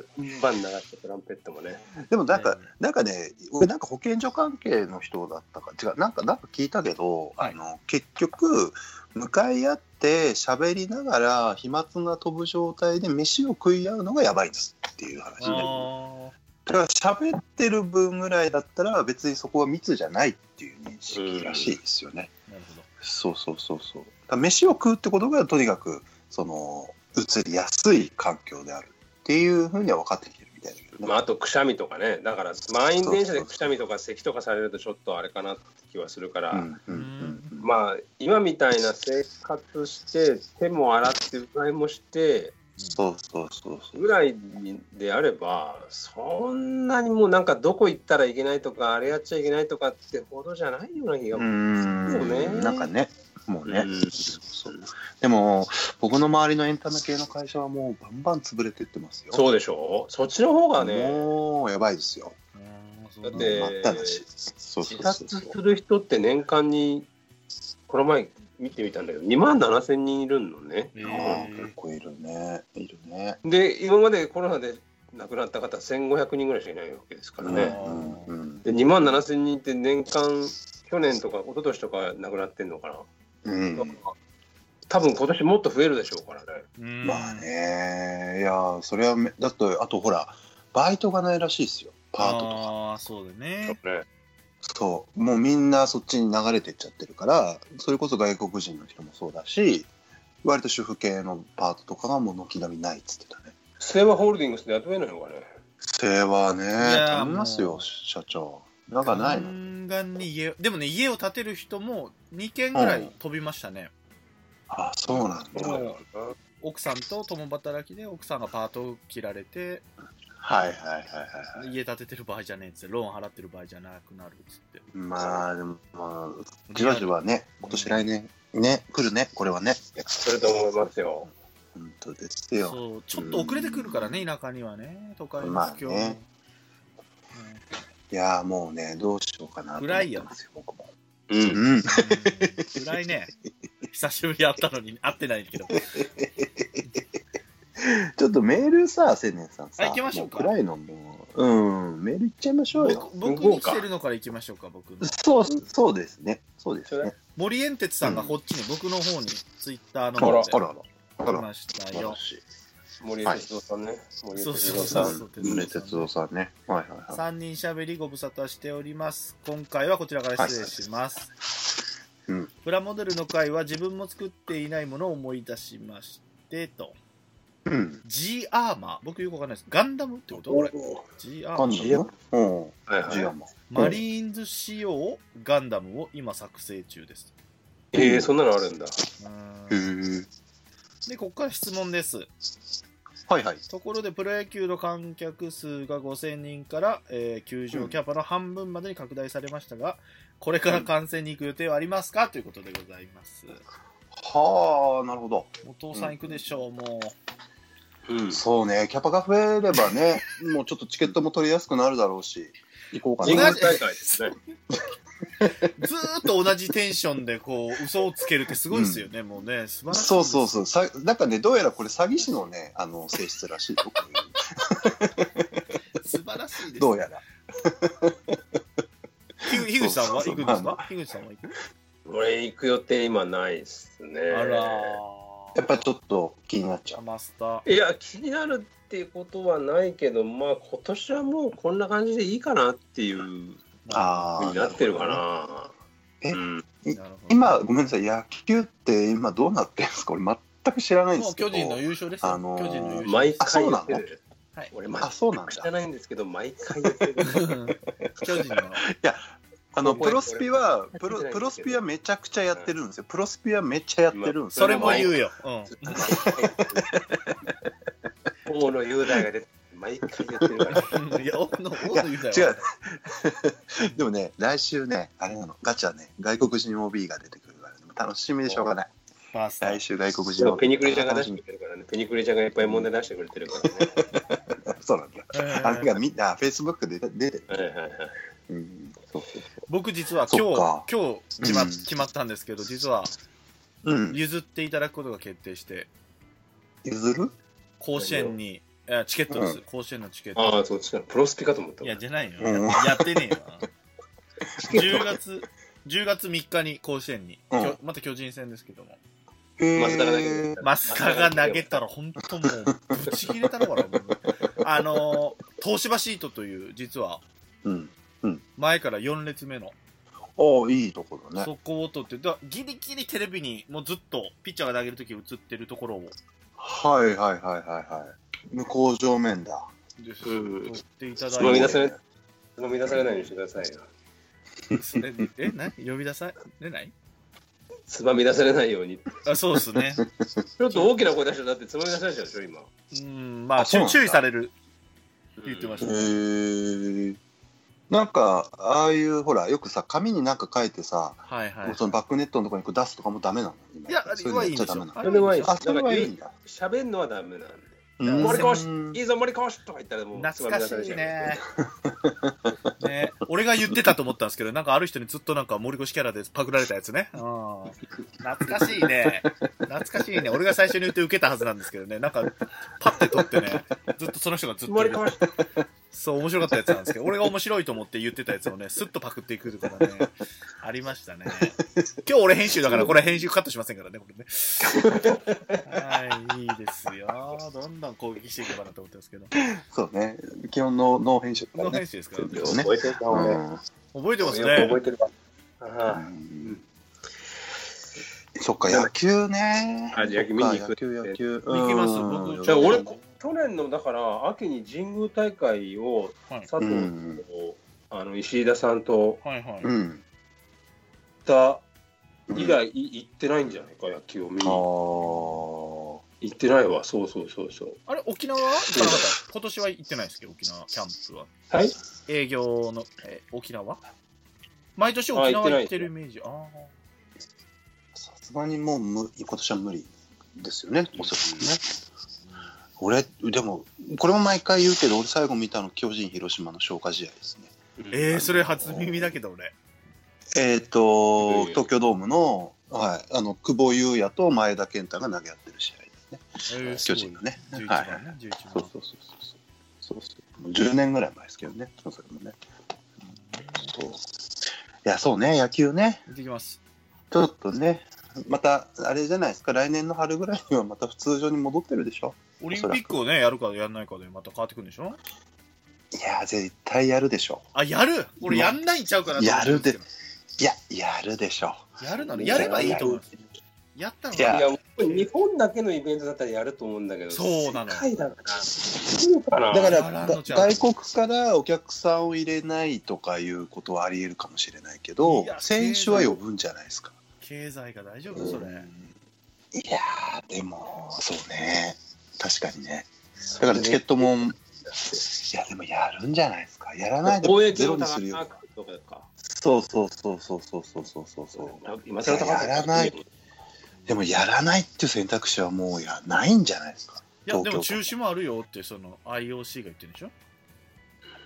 バン流してトランペットもね
でもなんか
ね、
なんかね、俺なんか保健所関係の人だったか、違う、なんか、なんか聞いたけど、
はい
あの、結局、向かい合って喋りながら、飛沫が飛ぶ状態で飯を食い合うのがやばいんですっていう話
あ
ね。
ー
だから喋ってる分ぐらいだったら別にそこは密じゃないっていう認識らしいですよね。
なるほど。
そうそうそうそう。だから飯を食うってことがとにかくその移りやすい環境であるっていうふうには分かってきてるみたいだけどね。
まああとくしゃみとかねだから満員電車でくしゃみとか咳とかされるとちょっとあれかなって気はするから、
うんうんうんうん
まあ今みたいな生活して手も洗ってうがいもして
そうそうそうそう。
ぐらいであればそんなにもうなんかどこ行ったらいけないとかあれやっちゃいけないとかってほどじゃないような気が、
う
そうね
んなんかね、もうね、
うん
そうでも僕の周りのエンタメ系の会社はもうバンバン潰れてってますよ。
そうでしょそっちの方がね
もうやばいですよ。
うーんそう
だ
な
って
んだ
うん全くだし。そうそ
自
うそう
殺
そう
する人って年間にこの前見てみたんだけど2万7千人いるのね
え
ああ、
ー
結構いるね。いるね。
で今までコロナで亡くなった方1500人ぐらいしかいないわけですからね、
うんうん
で2万7千人って年間去年とか一昨年とか亡くなってんのかな、
うん。うん
多分今年もっと増えるでしょうからね
うん
まあね、いや、それはめ、だって、あとほら、バイトがないらしいですよ。パートとか。
ああ、そうだね。
ね
そう。もうみんなそっちに流れてっちゃってるから、それこそ外国人の人もそうだし、割と主婦系のパートとかがもう軒並みないっつってたね。
セーバーホールディングスで雇えないのかね
世話ね、
や
頼みます
も
よ、
う
社長。なんかないの、
のガンガンに家を、でもね、家を建てる人も2軒ぐらい飛びましたね。
あ、そうなんだ。
う
はい
ん奥さんと共働きで奥さんがパートを切られて
はいはいはいはい。
家建ててる場合じゃねえっつってローン払ってる場合じゃなくなるっつって
まあ、でも、まあ、じわじわね、今年来年、ね、来るね、これはね。
それと思いますよ
本当ですよ。
そうちょっと遅れてくるからね田舎にはね都会の不況
まあねいやーもうね、どうしようかなと思ってますよ、僕も。
う
うんん。
うん辛 いね久しぶりに会ったのに会ってないけど
ちょっとメールさ、青年さんさ、
あ行きましょうか
も暗いのもう、うん、メール行っちゃいましょうよ。
僕僕に来てるのから行きましょうか僕の
そう、そうですね。そうですね。
森円哲さんがこっちに、僕の方にツイッターの
あら、
方で
あら、あら、あ
来
ら、
ました
素晴
よ
らしい。
森江哲夫さんね、森江
そう
哲
そう
夫
そ
さ
うんそう
うんね哲夫さんね。はいはいは
三人しゃべりご無沙汰しております今回はこちらから失礼します、
はいうん
プラモデルの回は自分も作っていないものを思い出しましてと
い。うん。
G アーマー僕よくわかんないですガンダムってことこれ G アーマ
今
ー
度のうん。
はいはい
ジアも。
マリーンズ仕様ガンダムを今作成中です
ええそんなのあるんだ
うーん
へー
でここから質問です
はいはい。
ところでプロ野球の観客数が5000人から、えー球場キャパの半分までに拡大されましたが、これから観戦に行く予定はありますかということでございます
はあ、なるほど。
お父さん行くでしょう、も
うん
そうね、キャパが増えればね、もうちょっとチケットも取りやすくなるだろうし、行こうか
神
な
宮。大会ですね
うずーっと同じテンションでこう嘘をつけるってすごいですよね、もうね素晴らしい
そうそう
う
そう。さなんかね、どうやらこれ詐欺師のね、あの、性質らしい よ。こういう
素晴らしいです
どうやら。
ひ樋口さんは行くんで
そう
す
そうまあ
か樋口さんは行く
俺行く予定今ないっすね
あら
やっぱちょっと気になっちゃ
ー
う。
マスター
いや気になるっていうことはないけどまあ今年はもうこんな感じでいいかなっていう
あ
ふう
ー
になってるか。な
え
うん、
なるほど
今、ごめんなさい、野球って今どうなってるんですか俺全く知らないんで
もう
すけど。
巨人の優勝ですよ、
あのー
巨人の優勝
毎
です
回言ってる
あそうなのはい
俺
あ、そうなんだ。
全く知らないんですけど毎回言ってる
巨人の
あの、
ここへ
プロスピは、
こ
プ
れ
ロ、プロスピはめちゃくちゃやってるんですよ。プロスピはめっちゃやってるんですよ。
それも言うよ、うん、
大野雄大が出て毎回言ってるから
いや、大野、大野雄大
違
は
う。 でもね、来週ね、あれなの、ガチャね、外国人 OB が出てくるから、でも楽しみでしょうがない。
バースタ
来
ー。
週 外国人
で
OB
も。ペニクリちゃんが出してくれてるからねペニクリちゃんがいっぱい問題出してくれてるからね
そうなんだ。あれがみんな、フェイスブックで出てる。
はいはいはい
うん、そうそうそう。
僕実は
そ
今
っか
日、今日決ま,、
うん
決まったんですけど、実は
うん。
譲っていただくことが決定して、
譲る
甲子園に、いやチケットです、甲子園のチケット。
ああ、そっちだ。プロスピかと思った
い。や、じゃないよ。
うん
やってねえよ。10月、10月3日に甲子園に、
うん
きょまた巨人戦ですけども。
え
松田が投げ
ー
て、た
マスカが投げたら、本当もう、ぶち切れたのか な、もうあのー、東芝シートという、実は、
うん。
前から4列目の、
ああ、いいとこだね。
そこを取って、だギリギリテレビに、もうずっと、ピッチャーが投げるとき映ってるところを、
はいはいはいはいはい。向こう上面だ。
です
うん
取っていた
呼
だ
び
い
出
て、
され、呼び出されないようにしてくださいよ。
え、え何呼び出されない
つまみ出されないように。
あそうで すね。
ちょっと大きな声出してだってつまみ出されちゃうでしょ、今。
うん、まあ、
あそうなんだ
注意されるって言ってま
へ
した。
ーなんか、ああいう、ほら、よくさ、紙になんか書いてさ、
はいはい。
そのバックネットのところにこう出すとかもダメなの今
いや、あ
そ
れ
ういうの
はい
や
い
っ
ん
ちゃダ
でしょ
メな。の
あ
それはいいんで
ですす
よ
あ、それはいいんだ。
喋んのはダメなんで。
う
あ
ん
森越
うん
いいぞ、森越とか言ったらもうつま
懐
み
か
出
し
されちゃ。
いう ね。ね俺が言ってたと思ったんですけど、なんかある人にずっとなんか森越キャラでパクられたやつね。うん。懐かしいね。懐かしいね。俺が最初に言って受けたはずなんですけどね。なんか、パッて取ってね、ずっとその人がずっと
森
言う。
越
そう、面白かったやつなんですけど、俺が面白いと思って言ってたやつをね、スッとパクっていくとかね、ありましたね。今日俺編集だから、これ編集カットしませんからね、これね。はい、いいですよ。どんどん攻撃していけばなと思ってますけど。
そうね。基本の脳編集だ
この
からね。
編集ですからね。
そうね
覚えてるか、俺。
うん
覚えてます
よく覚
ね。
えてるわ。あ
うんそっか、野球ね。
あ野球見に行く
そっか野球、野球。
行きます
うん
僕
あじゃあ俺、去年のだから、秋に神宮大会を
はい
佐藤
う
と
ん
あの石井田さんと
はいはい。
うん。
行った以来、い行ってないんじゃないか、野球を見に。
あ
行
ー
ってないわ、そうそうそうそう。
あれ、沖縄は行かなかった今年は行ってないですけど、沖縄、キャンプは。
はい
営業の、え沖縄毎年沖縄行ってるイメージ。ああ
さすがにもうむ今年は無理ですよね、おそらくね。俺、でも、これも毎回言うけど、俺最後見たの巨人広島の消化試合ですね。
えー、それ初耳だけど俺。
えっ、
いやい
と、
や
東京ドームの、はい、あの、久保優也と前田健太が投げ合ってる試合ですね。
えー
巨人のね。
11
はい。
番ね、11
そう
番。
そうそうそうそう。そうそう。もう10年ぐらい前ですけどね。そうそれもね。そういや、そうね、野球ね。
行ってきます。
ちょっとね、また、あれじゃないですか、来年の春ぐらいにはまた普通常に戻ってるでしょ。
オリンピックをね、やるかやらないかでまた変わってくるんでしょ
いや、絶対やるでしょ。
あ、やる俺やんないんちゃうかなと思ってるんすけど
いや、やるでしょ。
やるならやればいいと思うんですよ。やったのか
い
な
や
いや、もう日本だけのイベントだったらやると思うんだけど、
そうなの
世界だから、そうかな。
だか
あ
ら
ら
が
のちゃん
外国からお客さんを入れないとかいうことはありえるかもしれないけど
いや
選手は呼ぶんじゃないですか。
経済が大丈夫それ。
いやーでもそうね確かにねだからチケットもいやでもやるんじゃないですかやらないで
公益
ゼ
の
ロに
高
する
さ
よ
とかか。
そうそうそうそうそうそうそうそうそう
今更高
やらないでもやらないっていう選択肢はもうやないんじゃないですか
いや、でも
東京
中止もあるよって、その IOC が言ってるんでしょ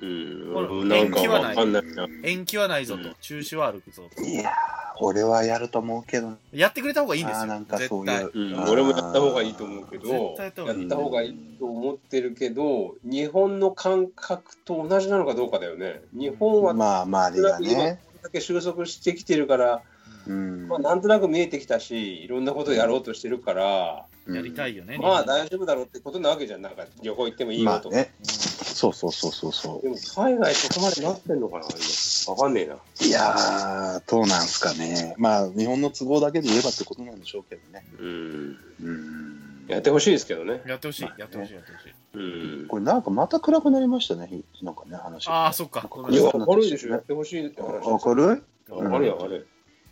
うん、
ほら
なんかわかんないな。
延期はないぞ
う
と
ん、
中止は歩くぞと。
いやー俺はやると思うけど
やってくれた方がいいんです
あーな
よ
ん、かそう
絶
い
対
う。
うん、俺もやった方がいいと思うけど
絶、対やった方
や
が
っ
いい
た方がいいと思ってるけど、日本の感覚と同じなのかどうかだよね。日本はこ
まあ周りがね、
れだけ収束してきてるから、
うん
まあ、なんとなく見えてきたし、いろんなことやろうとしてるから、
やりた
い
いよね。
まあ
日本
大丈夫だろうってことなわけじゃん、なんか旅行行ってもいいよ
まあ
とか。
ねそうそうそうそうそ
でも海外そこまでなってんのかな、今。わかんねえな。
ういやーどうなんすかねまあ日本の都合だけで言えばってことなんでしょうけどね
うん。
うん
やってほしいですけどね。
やってほしい
まあ、ね
やってほしい、やってほしい。
うん。
これなんかまた暗くなりましたねひなんかね話
ああ、そっか。ごめ
い
ん
や、
なさ
わかるでしょ、やってほしいって話。
わかる
わかるよ、わかるよ。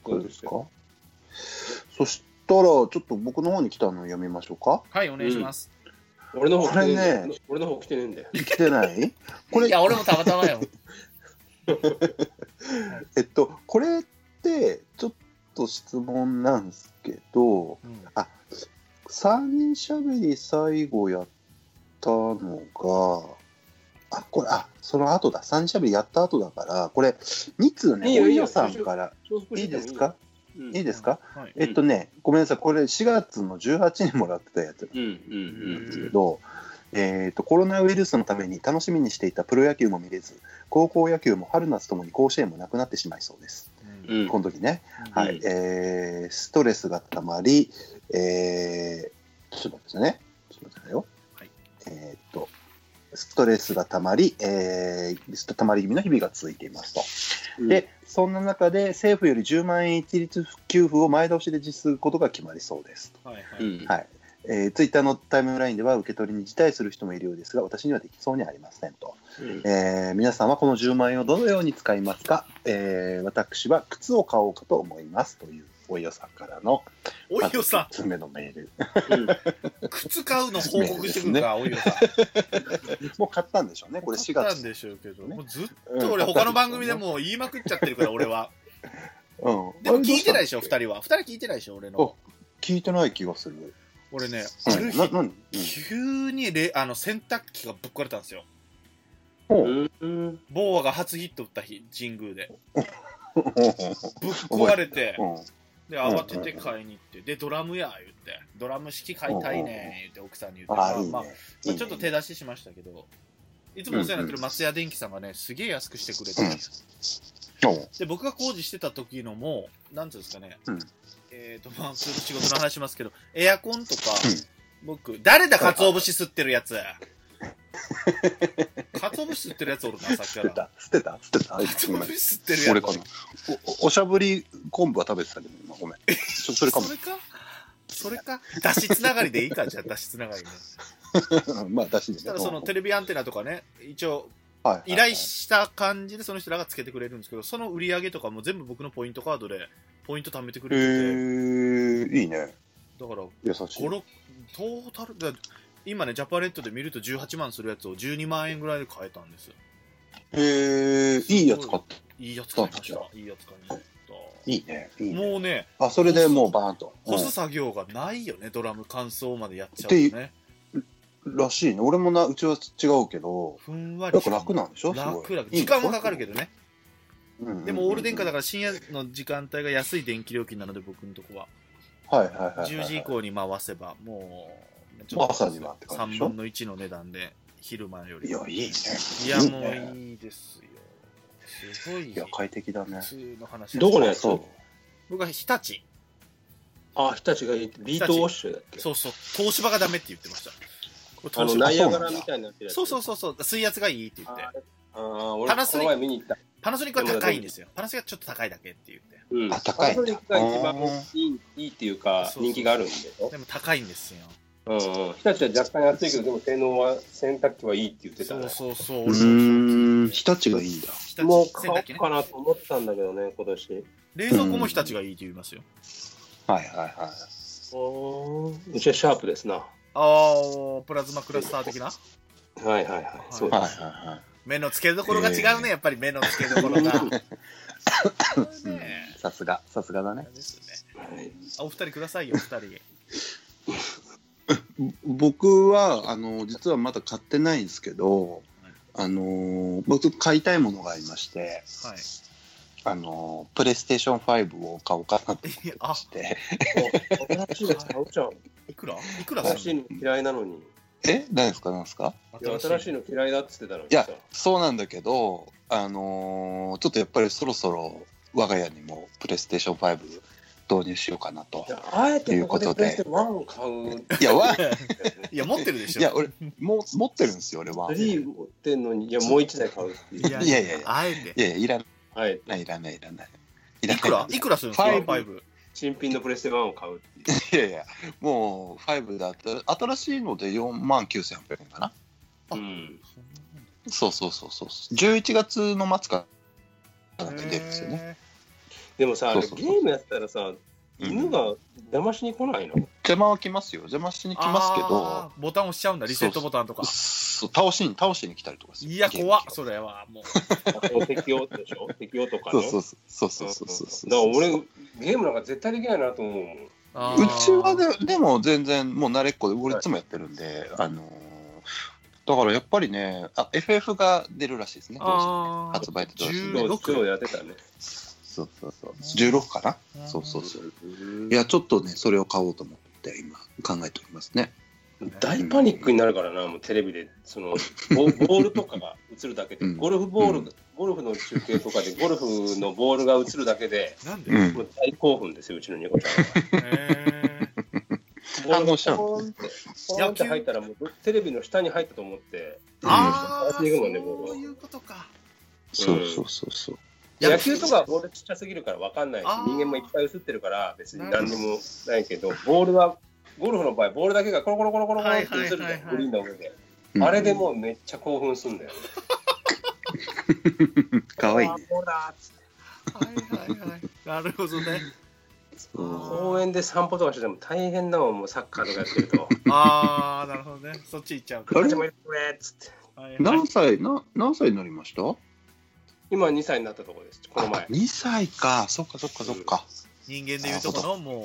そうですかそしたらちょっと僕の方に来たの読みましょうか
いはい、お願いします。
俺の方来てねえんだ
これね
よ。俺の方来てねえんだよ。
来 てないこ
い
れ
や、俺もたまたま よ。
えっとこれってちょっと質問なんですけど
うん
3人しゃべり最後やったのがあこれ、あ、その後だ。三社日やった後だから、これ、2通
いい
ね、
よ
お
いいよ
よさんから、
重複
い
し
い
て
で
も
すか
いいよ
いいですか、
はい。
うん
えっとね、ごめんなさい。これ、4月の18にもらってたやつなん
うんうん
ですけど、えっと、コロナウイルスのために楽しみにしていたプロ野球も見れず、高校野球も春夏ともに甲子園もなくなってしまいそうです。
うんうん。
この時ね。
うん
はい。えー、ストレスがたまり、えー、ちょっと待ってくださいね。ちょっと待ってくださいよ。
はい
えーっと、ストレスがたまり、えー、たまり気味の日々が続いていますと。
うん
で、そんな中で政府より10万円一律給付を前倒しで実施することが決まりそうですと。
はいは
う
い。
ん
はい。えー、ツイッターのタイムラインでは受け取りに辞退する人もいるようですが、私にはできそうにありませんと。
うん
えー皆さんはこの10万円をどのように使いますか、えー私は靴を買おうかと思いますというおいよさんからの
おいよさ
1つ目のメール
ん、靴買うの報告してくるか、おいよさん。
もう買ったんでしょうねこれ4
買っ
月
たんでしょうけど、
ね
もうずっと
うん
俺、
買った
他の番組でもう言いまくっちゃってるから、俺は。
うん
でも聞いてないでしょ、
あ
二
れどう
人は。二人聞いてないでしょ、俺
お
の。
した聞いてない気がする、
俺ね、
う
あ
ん、
る
な
日、
何、うん、
急にれあの洗濯機がぶっ壊れたんですよ。
ほう
うん
ボーアが初ヒット打った日、神宮で。
ほうほうほ
ぶっ壊れて、
ううん
で、慌てて買いに行って、で、ドラムや、言って、ドラム式買いたいね、言って、奥さんに言って、
ああいいね
まあ、
いい
まあ
ね
ちょっと手出ししましたけど、いつもお世話になってる松屋電機さんがね、すげえ安くしてくれて、
うんほう
で、僕が工事してた時のも、なんていうんですかね、
うん
えっ、と、まあ、普通の仕事の話しますけど、エアコンとか、
うん
僕、誰だ、鰹節吸ってるやつ。鰹節吸ってるやつお るな、さっき
捨
か
て
ら。
た捨てた捨てたあいつ
鰹
ごめん
節吸ってるやつ。
俺かなおおおしゃぶり昆布は食べてたけど今ごめんそそれかも
それかそれか出しつながりでいいか、じゃあ、出しつながりで。そ
まあ出しでね
したら、そのテレビアンテナとかね、一応、
はいはいはい
依頼した感じでその人らがつけてくれるんですけど、その売り上げとかも全部僕のポイントカードで、ポイント貯めてく
へ
れてて、
ーいいね
だから、
優しい
五六トータルだ今ねジャパネットで見ると18万するやつを12万円ぐらいで買えたんです
へえ、いいやつ買った。
いいやつ買いましたいいやつ買いまし
いいね。い
た
いね。
もうね
あ、それでもうバーンと。
干す作業がないよねドラム乾燥までやっちゃうとね
うんらしいね。俺もな、うちは違うけど、
ふんわり
なんか楽なんでしょすごい
楽楽
いい
時間はかかるけどね
うんうんうん
でもオール電化だから深夜の時間帯が安い電気料金なので僕のとこは
はいはいはいはい。
10時以降に回せばもうち
まさになって感じでしょ
3分の1の値段で昼間より
いや、いいね。
いやも
ね
ういいですよすごい
いや、快適だね
普。通の話
どこのやつ
そう。
僕は日立
あ、日立がいいビートウォッシュだっけ
そうそう東芝がダメって言ってました
あの、
東
ナ
芝
イアガラみたいになってるやつ
そうそうそうそう水圧がいいって言って
ああー、俺、
パナソ
こ
ニ
の
ック
前見に行った。
パナソニックは高いんですよパナソニックはちょっと高いだけって言って
うん
あ高いんだ
パナソニックが一番いいいいっていうか、
そうそう
人気があるんでしょ
でも高いんですよ
うんうん。日立は若干安いけど、でも性能は、洗濯機はいいって言ってた
そう
ね。
そうそう
う
俺もそう
ーん、
日
日立がいいんだ。
立
もう買
洗
お
濯機
う
ね
かなと思ったんだけどね、今年。
冷蔵庫も日立がいいって言いますよ
はいはいは
うちはシャープですな。は
ああプラズマクラスター的ない
はいはい。そう
い。
で
はい
す。
はいはい。
目の付けどころが違うねやっぱり目の付けどころが
うん
ね
さすが、さすがだ
え
ね。
ですね
はい
あお二人くださいよお二人
僕は、あの、実はまだ買ってないんですけど、あの、僕買いたいものがありまして、
はい
あの、プレイステーション5を買おうかなと思
いやあ
って。
お新しいの買うじゃん。
いくらいくら
新
す
し
る
いの嫌いなのに。
え何ですか何ですか
の
いや、新しいの嫌いだっつってたのに
いや
さ。
そうなんだけどあのーちょっとやっぱりそろそろ我が家にもプレイステーション5導入しようかなと
いやあえてこことで
いうことで
プレステ1を買う。
いやわ
いや、持ってるでしょ。
いや俺もう持ってるんですよ俺は
3持ってんのに、いや、もう1台買うっていう。
いやいやいや
あえて。
いやいやいら
はい。
ないいらないいらないいらない
いくらいくらするんですか
ファイ
?5。
ブ
ファイブ
新品のプレステ1を買うっていう。
いやいやもう5だったら新しいので4万9800円かな
うん。
そうそうそうそう11月の末からなんか出るんですよね
へ
でもさ、あれ
そ
ゲ
うそうそう
ームやったらさ、犬が騙しに来ないの
邪魔は来ますよ邪魔しに
ー。
来ますけど
あーボタン押しちゃうんだ、リセットボタンとか。
そう倒しに倒しに来たりとかする
いや、怖っ、
元気を
それは。もう。
適用でし ょ適用とか
そ
の。
うそうそうそううんそうそうそう
だから俺、ゲームなんか絶対できないなと思うもん。
あ
う
ー
ちはででも全然もう慣れっこで俺いつもやってるんで、あのーだからやっぱりね、あ、FF が出るらしいですね。
ああ
発売ってどうして
16
そうやってたね。
そうそうそう。16か
う
なんそうそうそう。
い
いや、ちょっとね、それを買おうと思って、今、考えておりますね。
大パニックになるからな、もうテレビで、そ のボボールとかが映るだけで、
うん
ゴルフボール、
うん
ゴルフの中継とかで、ゴルフのボールが映るだけで、
なんで、
う
も
ん。
う大興奮ですよ、うちの猫ち ゃ
えー
んは。
反応しちゃう
ボールがポーンって、ポーンって入ったら、もうテレビの下に入ったと思って、
ああ、そう
うん
いうことか。
そうそうそうそう。
野球とかはボールちっちゃすぎるから分かんないし、
あー
人間もいっぱい映ってるから、別に何にもないけど、ボールは、ゴルフの場合、ボールだけがコロコロコロコロコロって映るんだ
は
よ
いはいはい、はい
グリーンの上で。
うん
あれで。もうめっちゃ興奮すんだよ。
かわいい
あ
ね。
ーボールだーっつって
はいはいはい。なるほ どね。
そう
公園で散歩とかしてても大変だもん、もうサッカーとかやってると。
ああ、なるほどね。そっち行っちゃうか
こ
あ
っ
れ
ちも行ってくれっつって。
はいはい
何歳、な何歳になりました
今2歳になったところです、この前。
2歳か。そっかそっかそっか。
人間で言うとこの、も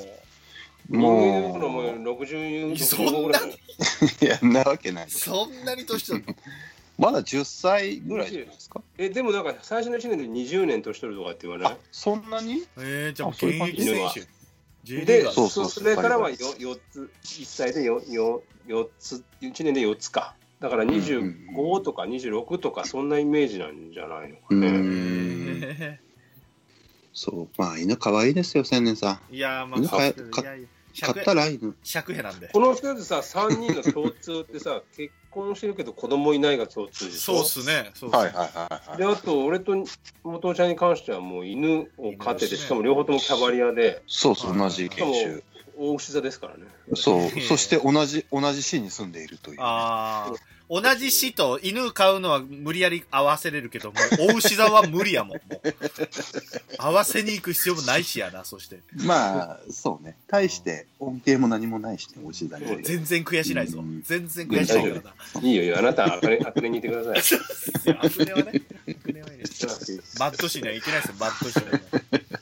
もう、も
も
う60
そんな、。
65ぐらい。
う、いや、なわけないう
そんなに年取る
まだ10歳ぐらいじゃないですか。
え、でもなんか最初の1年で20年年取るとかって言わない
あ、そんなに
のえー、じゃあも
あ
う現
そういう感
役
じ
選手。J リー
で、
ガー
そ
そう
そう
それからは
そう
4, つ、1歳で 4, つ、1年で4つか。だから25とか26とか、そんなイメージなんじゃないのか
う
ね。
ん。
え
そう、まあ、犬可愛いですよ、千年さん。
ーいやー、まあ、
犬飼え
そう
飼
いやいや
買
100
ったら犬。
100へなんで。
この人でさ、3人の共通って さ、結婚してるけど子供いないが共通でし
そう
ょ
っ。すね。そうっすね
はいはいはい
で、
はい。
あと、俺と元ちゃんに関しては、もう犬を飼って
犬で
て、
すね
しかも両方ともキャバリアで、
そうそう、同じ
しか
研
も
修。
大牛座ですからね。
そう、そして同じ、同じ市に住んでいるという。
ああ。同じ死と犬飼うのは無理やり合わせれるけども、お牛座は無理やもん。もう合わせに行く必要もないしやな、そして。
まあ、そうね。対して、恩恵も何もないしね、おじいだね。
全然悔しないぞ
うん。
全然悔しないからな。
いいよいいよ、あなたはあかね、あかねにいてください。
そうっすよアクネはね。アクネはいいですマッド氏にはいけないですよ、マッド氏には。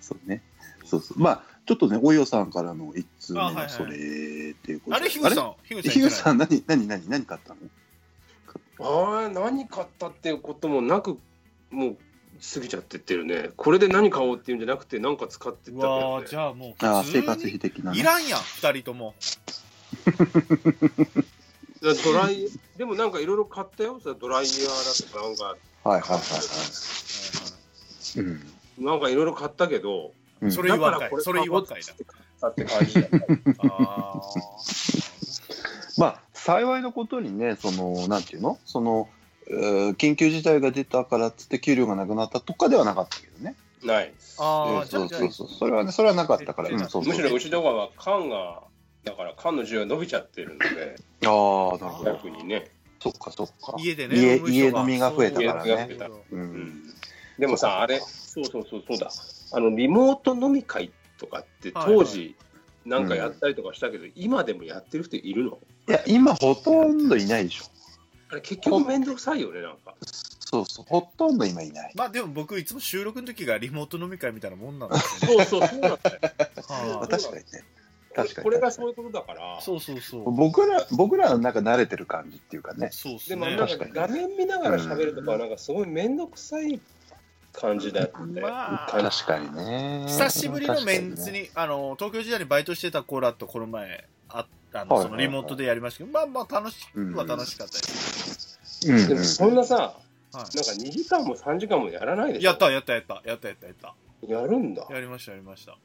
そうね。そうそう。まあ、ちょっとね、およさんからの一通目
あはいは
が
い
それっていうこと
あ
で
れ、ヒグさ
あ
ん。ヒグ
れ
さん
ヒ
い
グ
けな
さん、何、何、何、何買ったの
ああ、何買ったっていうこともなく、もう過ぎちゃってってるね。これで何買おうっていうんじゃなくて、何か使って
い。
っ
う
たから
わ
ね
ーじゃあもう
ああ、
普通
生
に
活費的ないね。
らんやん、二人とも。
だからドライ、でもなんかいろいろ買ったよ。さドライヤーだとか、なんか、
はいはいはいはい。うん
なんかいろいろ買ったけど、
うん。
それ
だ
言
か
わんからい
これ。
そ
買
れ言
おう
わ
んっ
かい
つ
な
っ。て買ったって感じだね。
あ
まあ、幸いのことにね、その、なんていうのその、えー緊急事態が出たからっつって給料がなくなったとかではなかったけどね。
ない。
あ。あ
う
あ、
ん
じゃ
そ
あ、
う
じゃ
そうそう。それはね、それはなかったから。
え
うん、そう
む
そう
しろうちの方は缶が、だから缶の需要が伸びちゃってるので、
ああ、なるほど。
逆にね。
そっかそっか
あ。家でね。
家
飲む人
家飲みが増えた
からね
そうそ
う。
う
うんん。でもさ、あれ、そうそうそう、そうだ。あの、リモート飲み会とかって
はい
当時、なんかやったりとかしたけど、今でもやってる人いるの
いや、今ほとんどいないでしょ。
あれ結局面倒くさいよね、なんか。
そうそう。ほとんど今いない。
まあでも僕いつも収録の時がリモート飲み会みたいなも んなんですよ
そうそう、そうなんだよ。
は
まあ
い
私
確かにね。確かに
これがそういうことだから。
そうそうそう。
僕ら、僕らの中慣れてる感じっていうかね。
そうっす
で
ね
も、。なん
確
か
かに
画面見ながら喋るとか、なんかすごい面倒くさい感じだって。
まあ
感じ
確かにね。
久しぶりのメンツに、あの、東京時代にバイトしてた子らとこの前、ああの、
はい
そのリモートでやりましたけど、まあまあ楽しくは楽しかったです。
確かに
で
ね。うん
も
うん
そんなさ、
は
なんか2時間も3時間もやらないで
い。
しょ。
やったやったやったやったやったやった。
やるんだ。
やりましたやりました。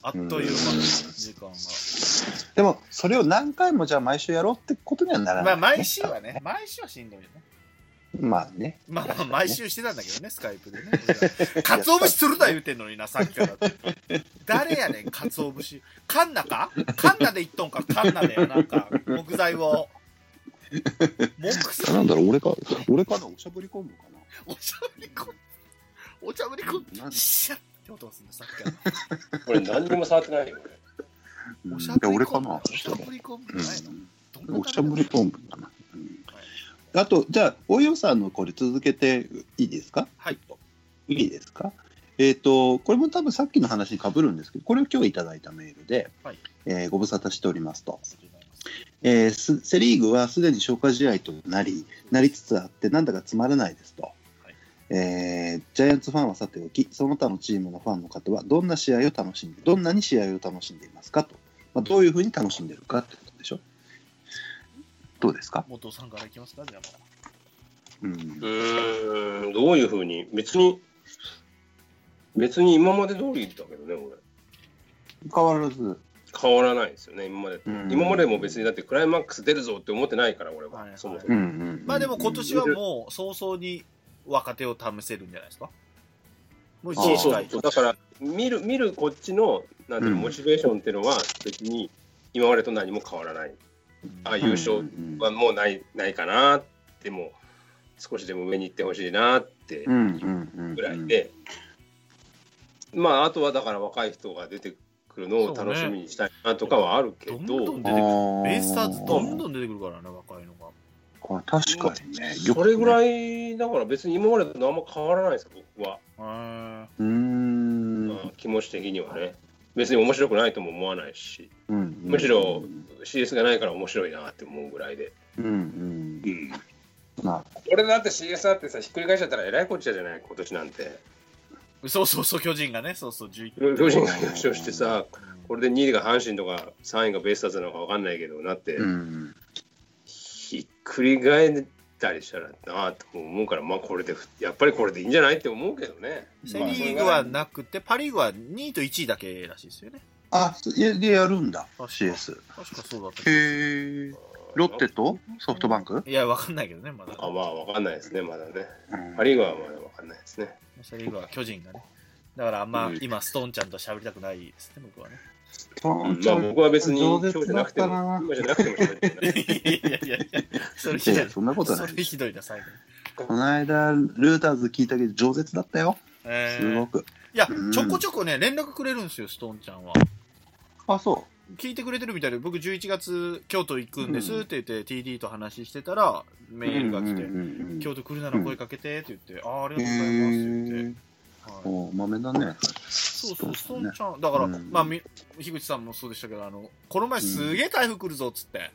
あっという間です時間が。
でも、それを何回もじゃあ毎週やろうってことにはなら
ま
な
あ
い。
毎週はね、毎週はしんどいよね。
まあね。
まあまあ毎週してたんだけどね、スカイプでね。かつお節するな言うてんのにな、さっきから。誰やねん、かつお節。カンナかカンナで言っとんか、カンナで、なんか、木材を。木材
なんだろう、俺か、俺かな、おしゃぶり昆布か
おしゃぶりこ、おしゃぶりこ、
な。
シャッって音がするんだ、さっきか
これ何にも触ってないよ。
うん
ら。おしゃ
いや、
ぶり
俺か
こ、
な
お。しゃぶりこ、ないのどん
う
な
ん、おしゃぶり昆布かな。うん
はい
あと、じゃあ、およさんのこれ続けていいですか
はい。
いいですかえっ、と、これも多分さっきの話にかぶるんですけど、これを今日いただいたメールで、
はい
えーご無沙汰しておりますと。
食べ方
えーすセ・リーグはすでに消化試合となりなりつつあってなんだかつまらないですと、えージャイアンツファンはさておきその他のチームのファンの方はどんな試合を楽しんでどんなに試合を楽しんでいますかと、まあ、どういうふうに楽しんでるかってことでしょどうですか、
元さんからいきますか、じゃあ
う
も
ん
う、ーん、どういうふうに、別に、別に今まで通りだけどね、俺。
変わらず
変わらないですよね、今までと。
うん
今までも別にだってクライマックス出るぞって思ってないから、俺は
は。い
そもそ
うん
も。
うんうん
まあでも今年はもう早々に若手を試せるんじゃないですか。もう一
あー
そうそ
年近
う
い
そう。だから、見る、見るこっちの、なんていうの、
うん
モチベーションっていうのは、別に今までと何も変わらない。あ、優勝
うん
はもうない、ないかなでも、少しでも上に行ってほしいなって
うんうんうん
ぐらいで、まあ、あとはだから若い人が出てくるのを楽しみにしたいなとかはあるけど、
どんどん
あ
出てくる。ベイスターズどん
ん
どん出てくるからね、若いのが。
確かにね
それぐら
い
い、だから別に今までとあんま変わらないですよ、僕は。
へ
うーん
まあ気持ち的にはね。別に面白くないとも思わないし、
うん
むしろ CS がないから面白いなって思うぐらいで。
うんうん
うん、
な
俺だって CS だってさ、ひっくり返しちゃったらえらいこっちゃじゃない、今年なんて。
ーそうそうそう、巨人がね、そうそう、11
巨人が優勝してさ、これで2位が阪神とか3位がベイスターズなのか分かんないけどなって、
うん
ひっくり返ったりしたらなあと思うから、まあこれで、やっぱりこれでいいんじゃないって思うけどね。
セ・リーグはなくて、パ・リーグは2位と1位だけらしいですよね。
あででやるんだ
あ
CS
確かそうだった気がする
へえロッテとソフトバンク
いや、わかんないけどね、まだ。
あまあ分かんないですね、まだね。
うん
パ・リーグはまだ分かんないですね。
セ・リーグは巨人がね。だからあんま
うん
今、ストーンちゃんと喋りたくないですね、僕はね。
うんまあ僕は別に今日じゃなくて
饒舌だった
も、
な
今じゃなくても喋ってない。
いやいやいや、それ
い
ひど
や
い。
そんなことは
そ
ない
れひどいな、最後に。
この間ルーターズ聞いたけど饒舌だったよ
え
す
ー
ごく
いや
うん、
ちょこちょこね、連絡くれるんですよ、ストーンちゃんは。
あそ
聞いてくれてるみたいで、僕11月、京都行くんです
うん
って言って、TD と話してたら、メ
う
ールが来て、
うんうんうん
京都来るなら声かけてって言って、ああ、あり
へ
がとうございますって言って。
え
はい
お豆だね
そうそう、スト
ね
ーンちゃん、だから、
うん
まあ、み樋口さんもそうでしたけど、あの、この前すげえ台風来るぞっつって、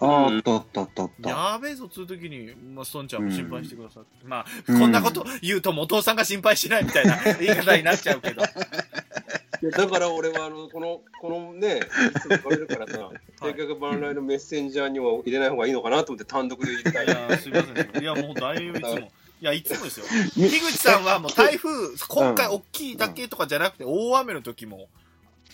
ああったあったあったあった
やべえぞっつう時に、まあ、ストーンちゃんも心配してくださって、まあ、
うん
こんなこと言うともうお父さんが心配しないみたいな言い方になっちゃうけ ど、
い やだから俺はあのこのこのね、ちょっとバレるからさ、性格万来のメッセンジャーには入れない方がいいのかなと思って単独で言いたい
い。や、すいませんね、いや、もうだいぶいつも、いや、いつもですよ、樋口さんはもう台 風、今回大きいだけとかじゃなくて、大雨の時も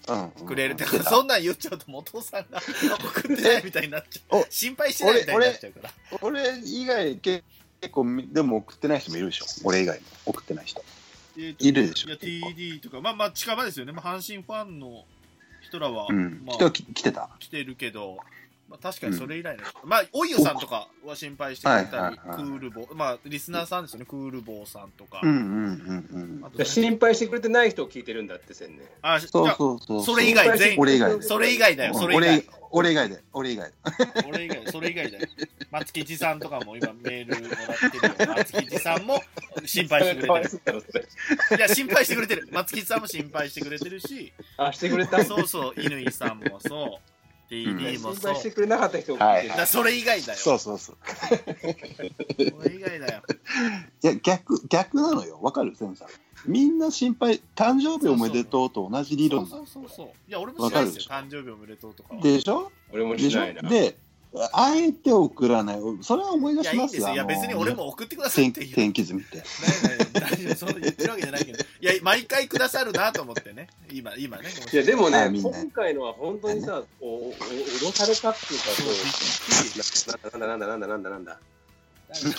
うん
くれるって、そんなん言っちゃうと、もうお父さんが送ってないみたいになっちゃう
お、
心配してないみたいになっちゃうから。
俺以外け結構みでも送ってない人もいるでしょ俺以外も送ってない人いるでしょ
いや
結構
TD とか、まあまあ近場ですよね、まあ、阪神ファンの人らは、
うん
ま
人
あ
は、き来てた
来てるけど、まあ、確かにそれ以来の人、まあ、おいよさんとかは心配してくれたり、
はいはいはい
クールボー、まあ、リスナーさんですよね、クールボーさんとか、
うんうんうんうん
あとね
心配してくれてない人を聞いてるんだってせんね。
あじゃ
そう
あ
そうそう
それ以外全員
俺以外
それ以外だよ、それ以
俺
外
以、俺以外で俺以外で
俺以外、それ以外だよ、松吉さんとかも今、メールもらってるよ、松吉さんも心 配してくれてる、いや、心配してくれてる、松吉さんも心配してくれてるし、
あ、してくれ た。
そうそう、乾さんもそう、TD も
心
そう
配し。てくれなかった人を聞いてる
は
だからそれ以外だよ。
そうそうそう
それ以外だよ。
いや逆逆なのよわかるセンさんみんな心配誕生日おめでとうと同じ理論な
そ
の
うそうそう。いや、俺も知らないですよ。
わ
誕生日おめでとうとかは。
でしょ
俺も
で
し
し
な
ょ
いな。
であえて送らないそれは思い出
いや、
し
いい
ま
んですすよ。いや、
あの
別に俺も送ってください
天
って言う。
天気図見て
ないない大丈夫、そう言ってるわけじゃないけど。いや、毎回くださるなと思ってね。今、今ね。
いやでもね
あ、みんな
今回のは本当にさ、おおお脅されたっていうか、
そう
そうななんだなんだなんだなんだなんだ。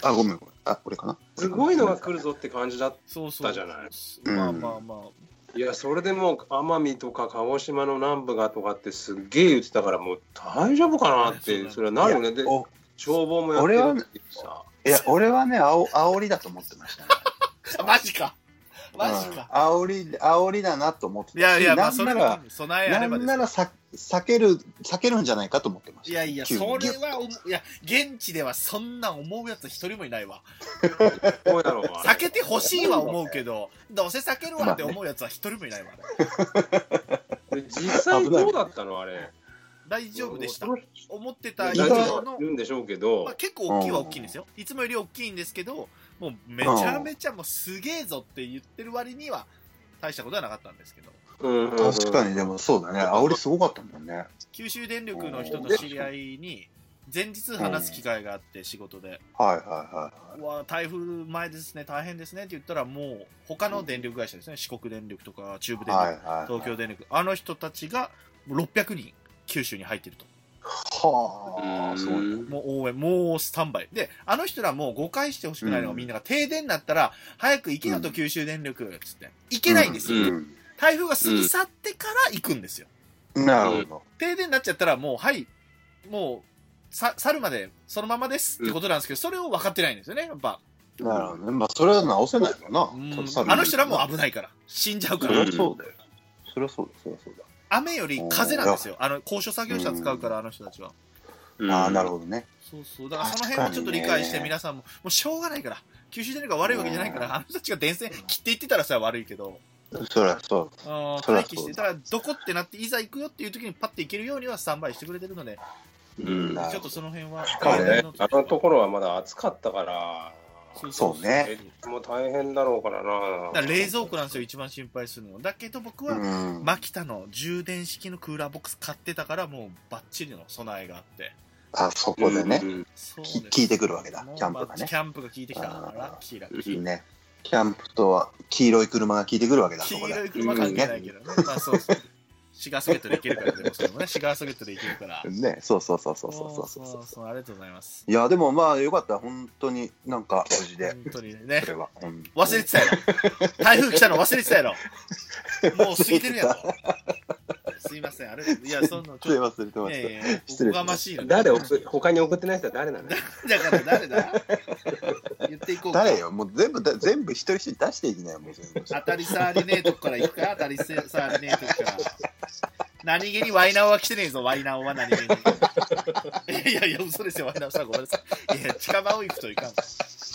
あごめんごめんあ俺かな
すごいのが来るぞって感じだっ
そうそ
た
う。
じゃない。
うん
まあまあまあ。
いや、それでもう奄美とか鹿児島の南部がとかってすっげえ言ってたから、もう大丈夫かなっ
い
て、
や
それはなるよね。で、
お
消防もやってるっていうさ。
いや俺はねあお煽りだと思ってまし たね
あマジか。マジか。
あおり煽りだなと思ってた
いやいや、ま
な
あ、
ん
そ
な
れ
ら
は備えあれ
な
ばで
ん
す
な
よ。
らさ避ける避けるんじゃないかと思ってました
いやいや、
急
そ
に
れはおも、いや、現地ではそんな思うやつ一人もいないわ。
そうやろう。
避けてほしいは思うけど、どうせ避けるわって思うやつは一人もいないわ。
で実際どうだったのあれ。
大丈夫でした。思ってた以
大
上
丈
の
夫い、るんでしょうけど
まあ、、結構大きいは大きいんですよ。いつもより大きいんですけど、もうめちゃめちゃもうすげえぞって言ってる割には大したことはなかったんですけど、
うんうんうん
確かに、でもそうだね。煽りすごかったもんね。
九州電力の人と知り合いに、前日話す機会があって仕事で、
はいはいは
うわ台風前ですね、大変ですねって言ったら、もう他の電力会社ですね、四国電力とか中部
い。
電
はい
力、
はい。
東京電力、あの人たちがもう600人、九州に入ってると。
はあ、すごいね。
もう応援、もうスタンバイ。で、あの人らもう誤解してほしくないのが、みんなが停電になったら、早く行けよと
うん
九州電力、つって。行けないんですよ。
うん
台風が過ぎ去ってから行くんですよ。
なるほ
停電になっちゃったら、もう、はい、もう、さ、去るまで、そのままですってことなんですけど、それを分かってないんですよね、やっぱ。
ど。なるほどね。まあ、それは直せないもんな。
うん
それは
あの人らもう危ないから。死んじゃうか
そ
ら。
りゃそうだよ。そりゃそうだ、そりゃそうだ。
雨より風なんですよ。あの、高所作業車使うから、あの人たちは。
ああ、なる
ほ
ほどね。
そうそう。だからその辺をちょっと理解して、皆さんも、もうしょうがないから。九州電力が悪いわけじゃないから、あの人たちが電線切っていってたらさ、悪いけど。
そりゃそう
あー
そりゃ
待
そうだ
機して、だからどこってなって、いざ行くよっていう時にパッて行けるようにはスタンバイしてくれてるので、
ど。うん、
な
ちょっとその辺は、
かね、あのと
こ
ころはまだ暑かったから、
そうね。
もう大変だろうからな。
だから冷蔵庫なんですよ、一番心配するの。だけど僕
う
は、
ん。
マキタの充電式のクーラーボックス買ってたから、もうバッチリの備えがあって。
あ、そこでね
う。ん
そう
き
です
聞いてくるわけだ
もう
キャンプがね
バッチキャンプが効いてきた。
あー
ラッキーラッキー。
ね。キャンプとは黄色い車が効いてくるわけだ、そ
黄
こで。
色い車関係ないけどね。まあそうそう。シガーソケットでいけるからでもそれもね、シガーソケットでいけるから。
ね、そうそうそうそうそうそうそう
そうそうありがとうございます。
いや、でもまあ、よかった。本当になんか、無事で
本。当にね
それ。は。うん
忘れてたやろ。台風来たの忘れてたやろ。もう過ぎてるやろ。すいません、あれ、いや、そんな、
失礼
っ
忘れて
と、
ました。
ええ
失
お
礼
こがましいのね
誰送他に送ってない人は誰なの
だから誰だ言っていこうか。
誰よ、もう全部だ、全部一人一人出していきなよ、もう。
当たり障りねえとこから行くか、当たり障りねえとこから。何気にワイナオは来てねえぞ、ワイナオは何気に。いやいや、嘘ですよ、ワイナオさん、ごめんなさい。いや、近場を行くといかん。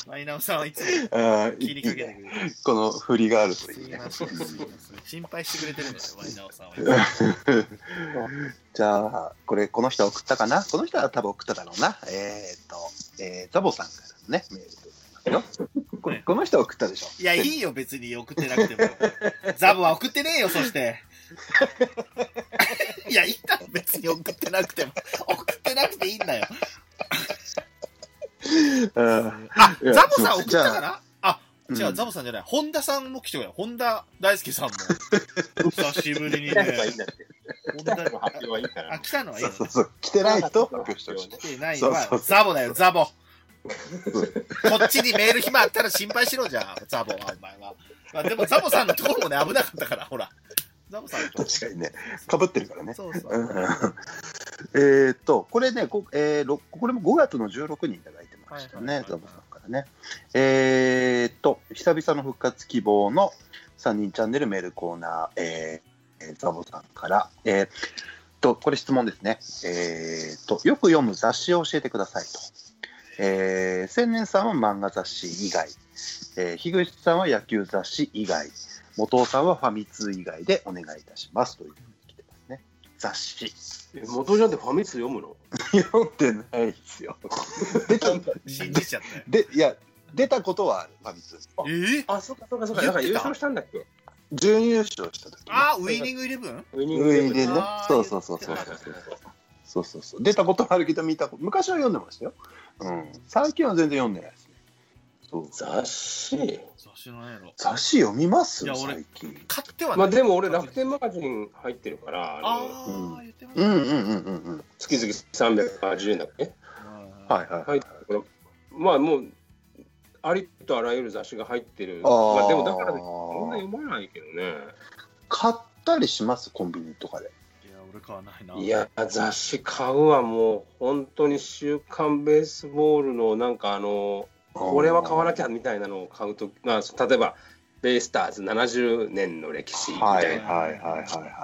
ワイナオさんはいつも
ああ、
気にかけて
いい
く
ね
れる。す
この振りがあるといい
い
ね。
ません、すいません。心配してくれてるんですよ、ワイナオさんは。
じゃあ、これ、この人は送ったかなこの人は多分送っただろうな。えー、っと、えー、ザボさんからのね、メールでございますよ。ここの人は送ったでしょ。
いや、いいよ、別に送ってなくても。ザボは送ってねえよ、そして。いや、いいだろ、別に送ってなくても。送ってなくていいんだよ。
うん
あ、
いや
ザボさん送っ
じゃあ
たかなあ、
うん
違う、ザボさんじゃない。本田さんも来てくれ。本田大輔さんも。久しぶりにね。
いんだって。
本田
発表はいいか
あ、
ら。
来たのはいい
そ
の
うそうそう。来てない人を発表してほしい。
来てない
そう
わ
そう
ザボだよ、ザボ。こっちにメール暇あったら心配しろじゃん、ザボは、お前は。まあ、でも、ザボさんのところもね、危なかったから、ほら。ザボさんのとこ
確かにね、かぶってるからね。
そうそう。
うんえーっと、これね、こ,、えーろこれも5月の16日いただいてました
はい
ね
は、い
ザ
はい
ボさんからね。えーっと、久々の復活希望の3人チャンネルメールコーナー、えーえーザボさんから、えーっと、これ質問ですね。えーっと、よく読む雑誌を教えてくださいと。えー千年さんは漫画雑誌以外、えー、樋口さんは野球雑誌以外、元尾さんはファミ通以外でお願いいたしますというふうに来てますね。雑誌。
え元じゃんってファミ通読むの
読んでないですよ。出た
信じちゃったよ。
でいや出たことはある、ファミ通。
えー
あ、そっかそっかそっか。だから優勝したんだっけ
準優勝した時、
あーウイニングイレブン
ウィニ
上に
イレ
で
ブ
ね
ン
あー。
そうそうそうそうそうそう。そうそうそう。出たことはあるけど見たこと、昔は読んでましたよ。うん。最近は全然読んでないですね。そう。
雑誌
雑誌のやろ。
雑誌読みます
いや俺
最近。
買っては
ま
な
あ
い。
でも俺楽天マガジン入ってるから、あの
あー、言ってま
うん
し
うんうんうんうん。
月々380円だっけ
た。
はいはい。
入ってるから、まあもう、ありとあらゆる雑誌が入ってる。
あー
まあでもだから、そんな読まないけどね。
買ったりしますコンビニとかで。
いや、俺買わないな。
いや、雑誌買うはもう、本当に週刊ベースボールのなんかあの、これは買わなき
ゃ。
ゃみたいなのを買うとき、まあ、例えば、ベイスターズ70年の歴史み
は
た
い
い
はい
な、
はいはい
あ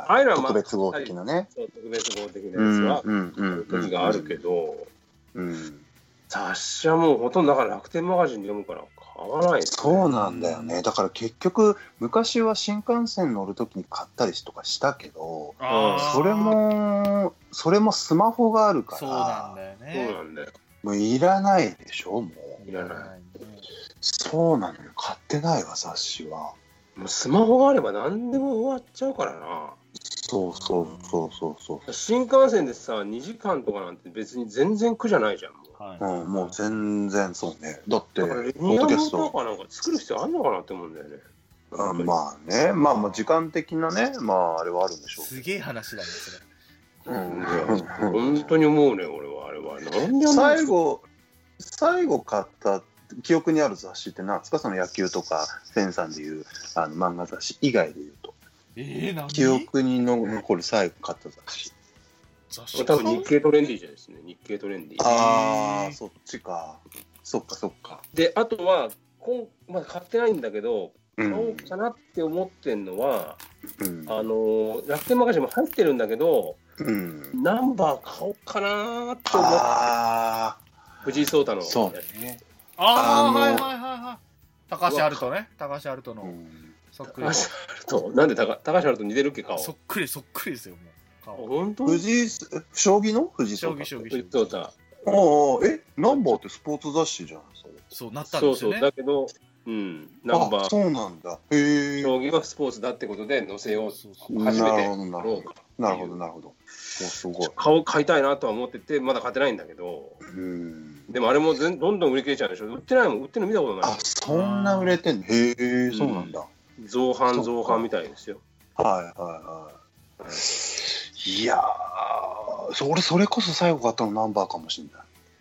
あ
はいい。
うのはまあ
特別号的なね。
そう特別号的な
う
やつ
ん
は、
うんうんうん。
時があるけど、
うん。
雑誌はもうほとんどだから楽天マガジンで読むから買わないですね
そうなんだよね。だから結局、昔は新幹線乗るときに買ったりとかしたけど、
あー
それ、も、それもスマホがあるから、
そうなんだよ
そう
ね。
なんだよ。
もういらないでしょ、もう。
いらない
いね。
そうなのよ。買ってないわ、雑誌は。
もうスマホがあれば何でも終わっちゃうからな。
そうそうそうそうそう。
新幹線でさ、2時間とかなんて別に全然苦じゃないじゃん。もう
はい。
うん、もう全然そうね。だって、
だ
ポ
からレ
ッ
ニアモ
ドキャス
ータ
ト
ー、かなんか作る必要あるのかなって思うんだよね。
うんまあね、まあもう時間的なね、まああれはあるんでしょうけど
すげえ話だね、それ。
うん
本当に思うね、俺はあれは。なんであんなに
最後、最後買った記憶にある雑誌って何ですか、その野球とか、センさんでいうあの漫画雑誌以外でいうと、
ええ、なん
記憶にの残る最後買った雑誌。
雑
これ
誌
多分日経トレンディじゃないですね。日経トレンディ。
ああ、そっちか。そっかそっか。
で、あとは、今まあ、買ってないんだけど、
う
買
ん
おうかなって思ってんのは、
うん
あのー楽天マガジンも入ってるんだけど、
うん、
ナンバー買おうかなーって思って、
あ
藤井聡太の。
そう
ね。
ああ、
あの
はいはいはいはい。高橋アルトね。高橋アルト
あ、
のそっく
高
り
橋。と、なんで高高橋あると似てるっけ、顔。
そっくり、そっくりですよ、もう。顔。
本当藤井
藤井す将棋の藤井
将
聡
棋、
太
将棋、
聡
将棋。
太。
ああえナンバーってスポーツ雑誌じゃんそれ
そうなったん
そ
で
う
す
そう、
よね。
だけど、うん、ナンバ
あ
ー、
そうなんだへえ
将棋はスポーツだってことで載せよう
そうそう
と、初めて
なるほどな
や
る
ろ
ほ
うか。
どなるほどなるほどおすごい
顔買いたいなとは思ってて、まだ買ってないんだけど、
うん
でもあれも全どんどん売り切れちゃうんでしょ、売ってないもん、売ってるの見たことな
あそんな売れてんのへえそうなんだ、
い、造
そ
反、
っか
造反みたいですよ。
はいはいはいいやーそ俺それこそ最後買ったのナンバーかもしれ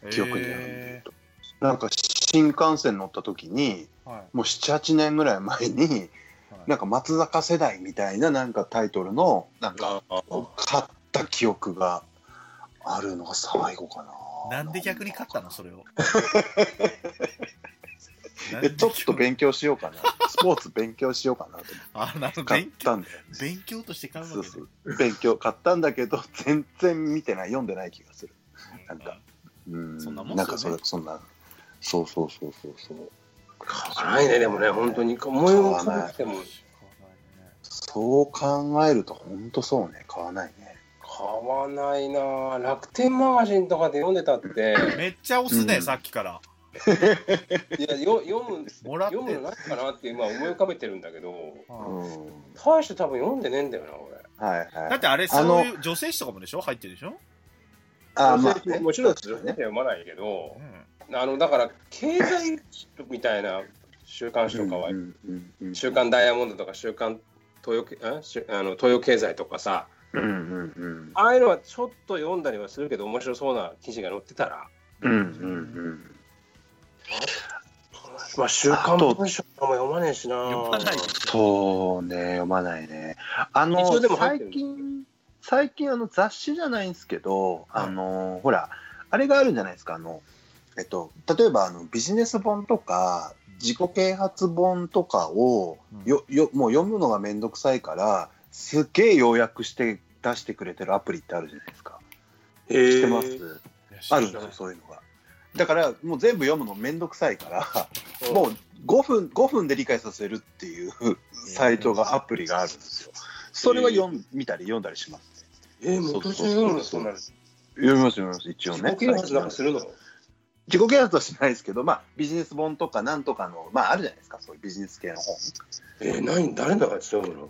ない記憶にある
え
なんか新幹線乗った時に
ーはい
もう78年ぐらい前に
はい
なんか松坂世代みたいななんかタイトルのなんか
ああ
買った記憶があるのが最後かな。
なんで逆に勝ったのそれを。
え ちょっと勉強しようかな。スポーツ勉強しようかなと思って
あなるほど
買っ
勉強
たんだよ。
勉強として買う
そ
わ
う
け
そ
ね
う勉強買ったんだけど全然見てない読んでない気がする。なんかうん
そんなもん
な
っすよね
んかそれそんなそうそうそうそうそう
買わないね、でもね、本当に、思い浮かべても、
そう考えると本当そうね買わないね。
買わないなぁ、楽天マガジンとかで読んでたって、
めっちゃ押すね、
うん
さっきから。
いやよ読む
もらって
読むのないかなって今、思い浮かべてるんだけど、
は
うん
大して多分読んでねえんだよな、俺。
はいはい
い。だってあれ、
あの
そういう女性誌とかもでしょ入ってるでしょ、
あまあ
女性もちろん女性誌は読まないけど
う、ん
あのだから経済みたいな週刊誌とかは、
うんうんうんうん
週刊ダイヤモンドとか週刊東洋けあしあの東洋経済とかさ、
うんうんうん
ああいうのはちょっと読んだりはするけど、面白そうな記事が載ってたら、
うんうん
まあ、週刊文春とかも読まねえしな。
読まないですよ。
そうね、読まないね。あの
一応でも入ってるん
最
ですよ
近、最近あの雑誌じゃないんですけど、
はい
あのほら、あれがあるんじゃないですか、あのえっと、例えばあのビジネス本とか、自己啓発本とかをよよもう読むのがめんどくさいから、すっげえ要約して出してくれてるアプリってあるじゃないですか。知ってます、あるんですよ、そういうのが。だから、もう全部読むのめんどくさいから。もう5分 ,5 分で理解させるっていうサイトが、アプリがあるんですよ。それは読ん、見たり読んだりします、ね。
えー、もう年読むのそんなの。
読みます、読みます、一応ね
自。己啓発なんかするの
自己啓発はしないですけど、まあ、ビジネス本とかなんとかの、まあ、あるじゃないですか、そういうビジネス系の本。
えー、何誰のやつ読むの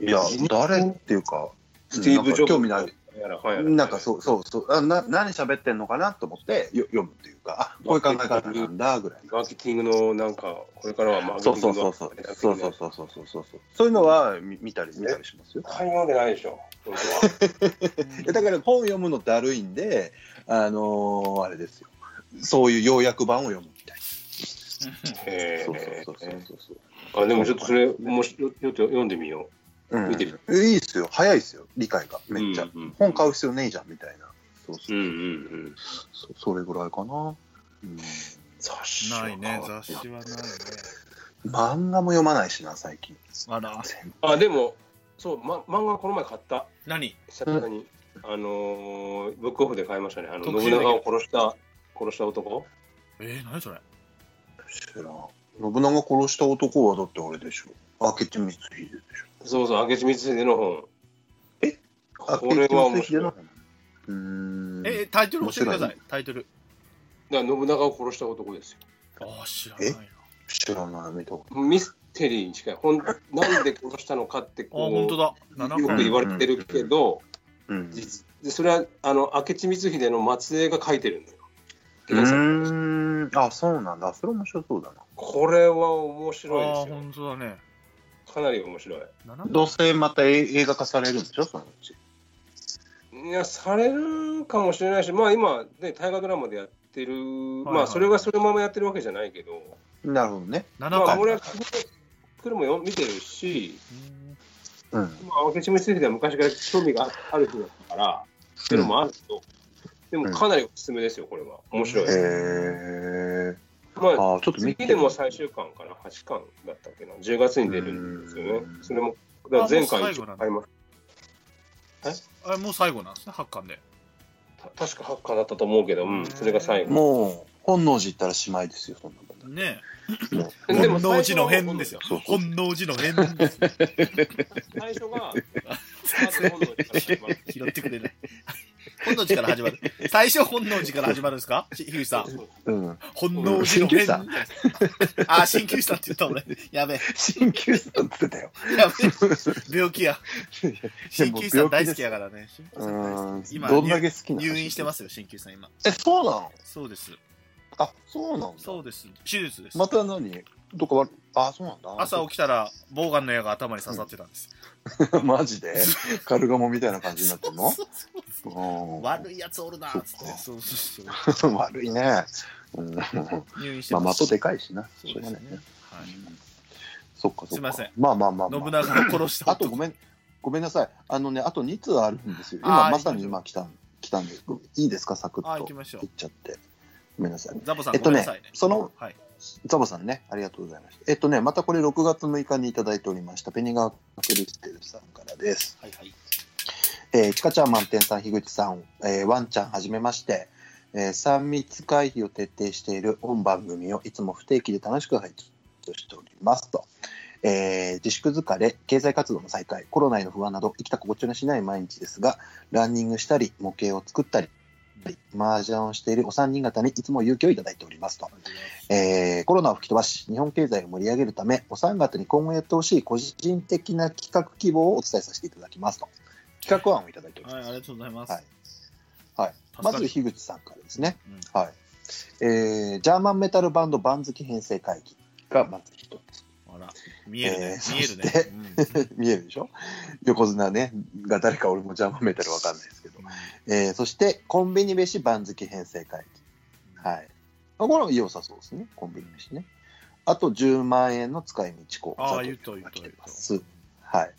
いや
ビジネ、ス
誰っていうか、
スティーブ・ジョブズ。
興味ない。
やらかんやら。
なんかそうそうそうあな何喋ってんのかなと思ってよ読むっていうかあこういう考え方なんだぐらい
マーケティングのなんか、これからはマーケティ
そう
ング
そ
の
うそうそうそうそうそうそうそうそうそういうのは見見たり見たりしますよ
買い物でないでしょ、本当 は。
うん
えだから本読むのだるいんで、あのーあれですよ、そういう要約版を読むみたい
へ
な。そう
え
そうそうそうそう。
あでもちょっとそれ、もしよよ読んでみよ
うん、
見てみる
えいいっすよ、早いっすよ、理解が、
う。
めっちゃ。
うん
本買う必要ねえじゃんみたいな。そう
う
そ
ん
う
うんうん。
そそれぐらいかな。うん
雑誌は
ないね、
買わ
雑誌はないね。
漫画も読まないしな、最近。
あら、
あ、でも、そう、ま、漫画この前買った、
何
久々に。あのーブックオフで買いましたね。あの、
特集
信長を殺した、殺した男
えー、何それ
知らん。信長殺した男はだってあれでしょ。明智光秀でし
そうそう、明智光秀の本。
えょ。
これは面白い。だか
明智光秀の。うーん。
え、タイトル教えてください。タイトル。
ら信長を殺した男ですよ。
ああ、知らないな。
知らない、見たこと
ミステリーに近い。ほんなんで殺したのかって
ああ、
こ
本当
う、
だ。
よ
7
く
巻。
言われてるけど、
うん。
実でそれはあの明智光秀の末裔が書いてるんだよ。
うーん。あ、そうなんだ。それ面白そうだな。
これは面白い
ああ、
です
本当だね。
よ。かなり面白い。
7
どうせまた映映画化されるんでしょ、そのうち。
いや、されるかもしれないし、まあ今、ね、大河ドラマでやってる、
はい
まあそれがそのままやってるわけじゃないけど、
なるほどね。
ま
七
あ
巻。
俺は来るもよ見てるし、
うん
うん。
まあ、明智光秀は昔から興味がある人だったから、っていうのもあるけど、でもかなりおすすめですよ、これは。面白い。
えー。
まあ、
あーちょっと見
次
て
でも最終巻かな、8巻だったっけな、10月に出るんですよね
う。ん
それも、だから前
あもう
回
最後なんだ
ありま
あもう最後なんですね、8巻で。
た確か8巻だったと思うけど、うん、それが最後。
もう、本能寺行ったらしまいですよ、そんなもんね。
ね
も
え。
でも
本能寺の変ですよ。
そうそう
本能寺の変です。
最初 が、初本能寺から始まる
拾ってくれない。本能寺から始まる。最初本能寺から始まるんですかひ樋口さん。
ううん。
本能寺の
鍼
変。
灸師さん
あ、鍼灸師さんって言った俺。やべえ、
鍼灸師さんって言って たよ。
やべえ。病気や。鍼灸師さん大好きやからね。
う
鍼灸師さん大好
ん。
今
どんだけ好きな
き
の
入院してますよ、鍼灸師さん今。
え、そうなの
そうです。
あ、そうなんだ。
そうです。手術です。
また何どこ悪いあ、そうなんだ。
朝起きたら、ボーガンの矢が頭に刺さってたんです。
き マジでカルガモみたいな感じになってんの
そうそうそう
うん
悪いやつおるなーっつっ
そ
て。そうそう そ
悪いね。 うんま
う。入院してま
あ、
す。
的でかいしな。
そうですね。はい。
そっかそっか。
すいません
まあまあまあまあ。
信長が殺した
あとごめん、ごめんなさい。あのね、あと2通あるんですよ。
あ
今
ー
まさに今来たん、来たんで、いいですか、サク
あ、
ッ
行
と。
きましょ
言っ。
う
ちゃって。ごめんなさい。
ザボさん、
えっ
ご
と
めんな
ね
さいね、。
その、
はい。
ザボさんね、ありがとうございました。えっとね、またこれ6月6日にいただいておりました、ペニガークリステルさんからです。
はいはい。
えー、ちかちゃん満点さん、樋口さん、えーワンちゃんはじめまして、えー、3密回避を徹底している本番組をいつも不定期で楽しく配置しておりますと、えー自粛疲れ、経済活動の再開、コロナへの不安など生きた心地のしない毎日ですが、ランニングしたり、模型を作ったり、麻雀をしているお三人方にいつも勇気をいただいておりますと。えーコロナを吹き飛ばし、日本経済を盛り上げるため、お三方に今後やってほしい個人的な企画希望をお伝えさせていただきますと。企画案をいただいており
はい、
ま
あ
す。
りがとうございます。
はいまず、樋口さんからですね。
うん
はい。えージャーマンメタルバンド番付編成会議がまず一つ。
あら、見えるね
え。ー
見える
そして
ね。うん
見えるでしょ横綱ね、が誰か俺もジャーマンメタルわかんないですけど。えーそして、コンビニ飯番付編成会議。はい。あこれは良さそうですね、コンビニ飯ね。あと10万円の使い道講座
ああ、
とい
言う
う
と言う
のが
と
来
言
て
う
ます
と。
はい。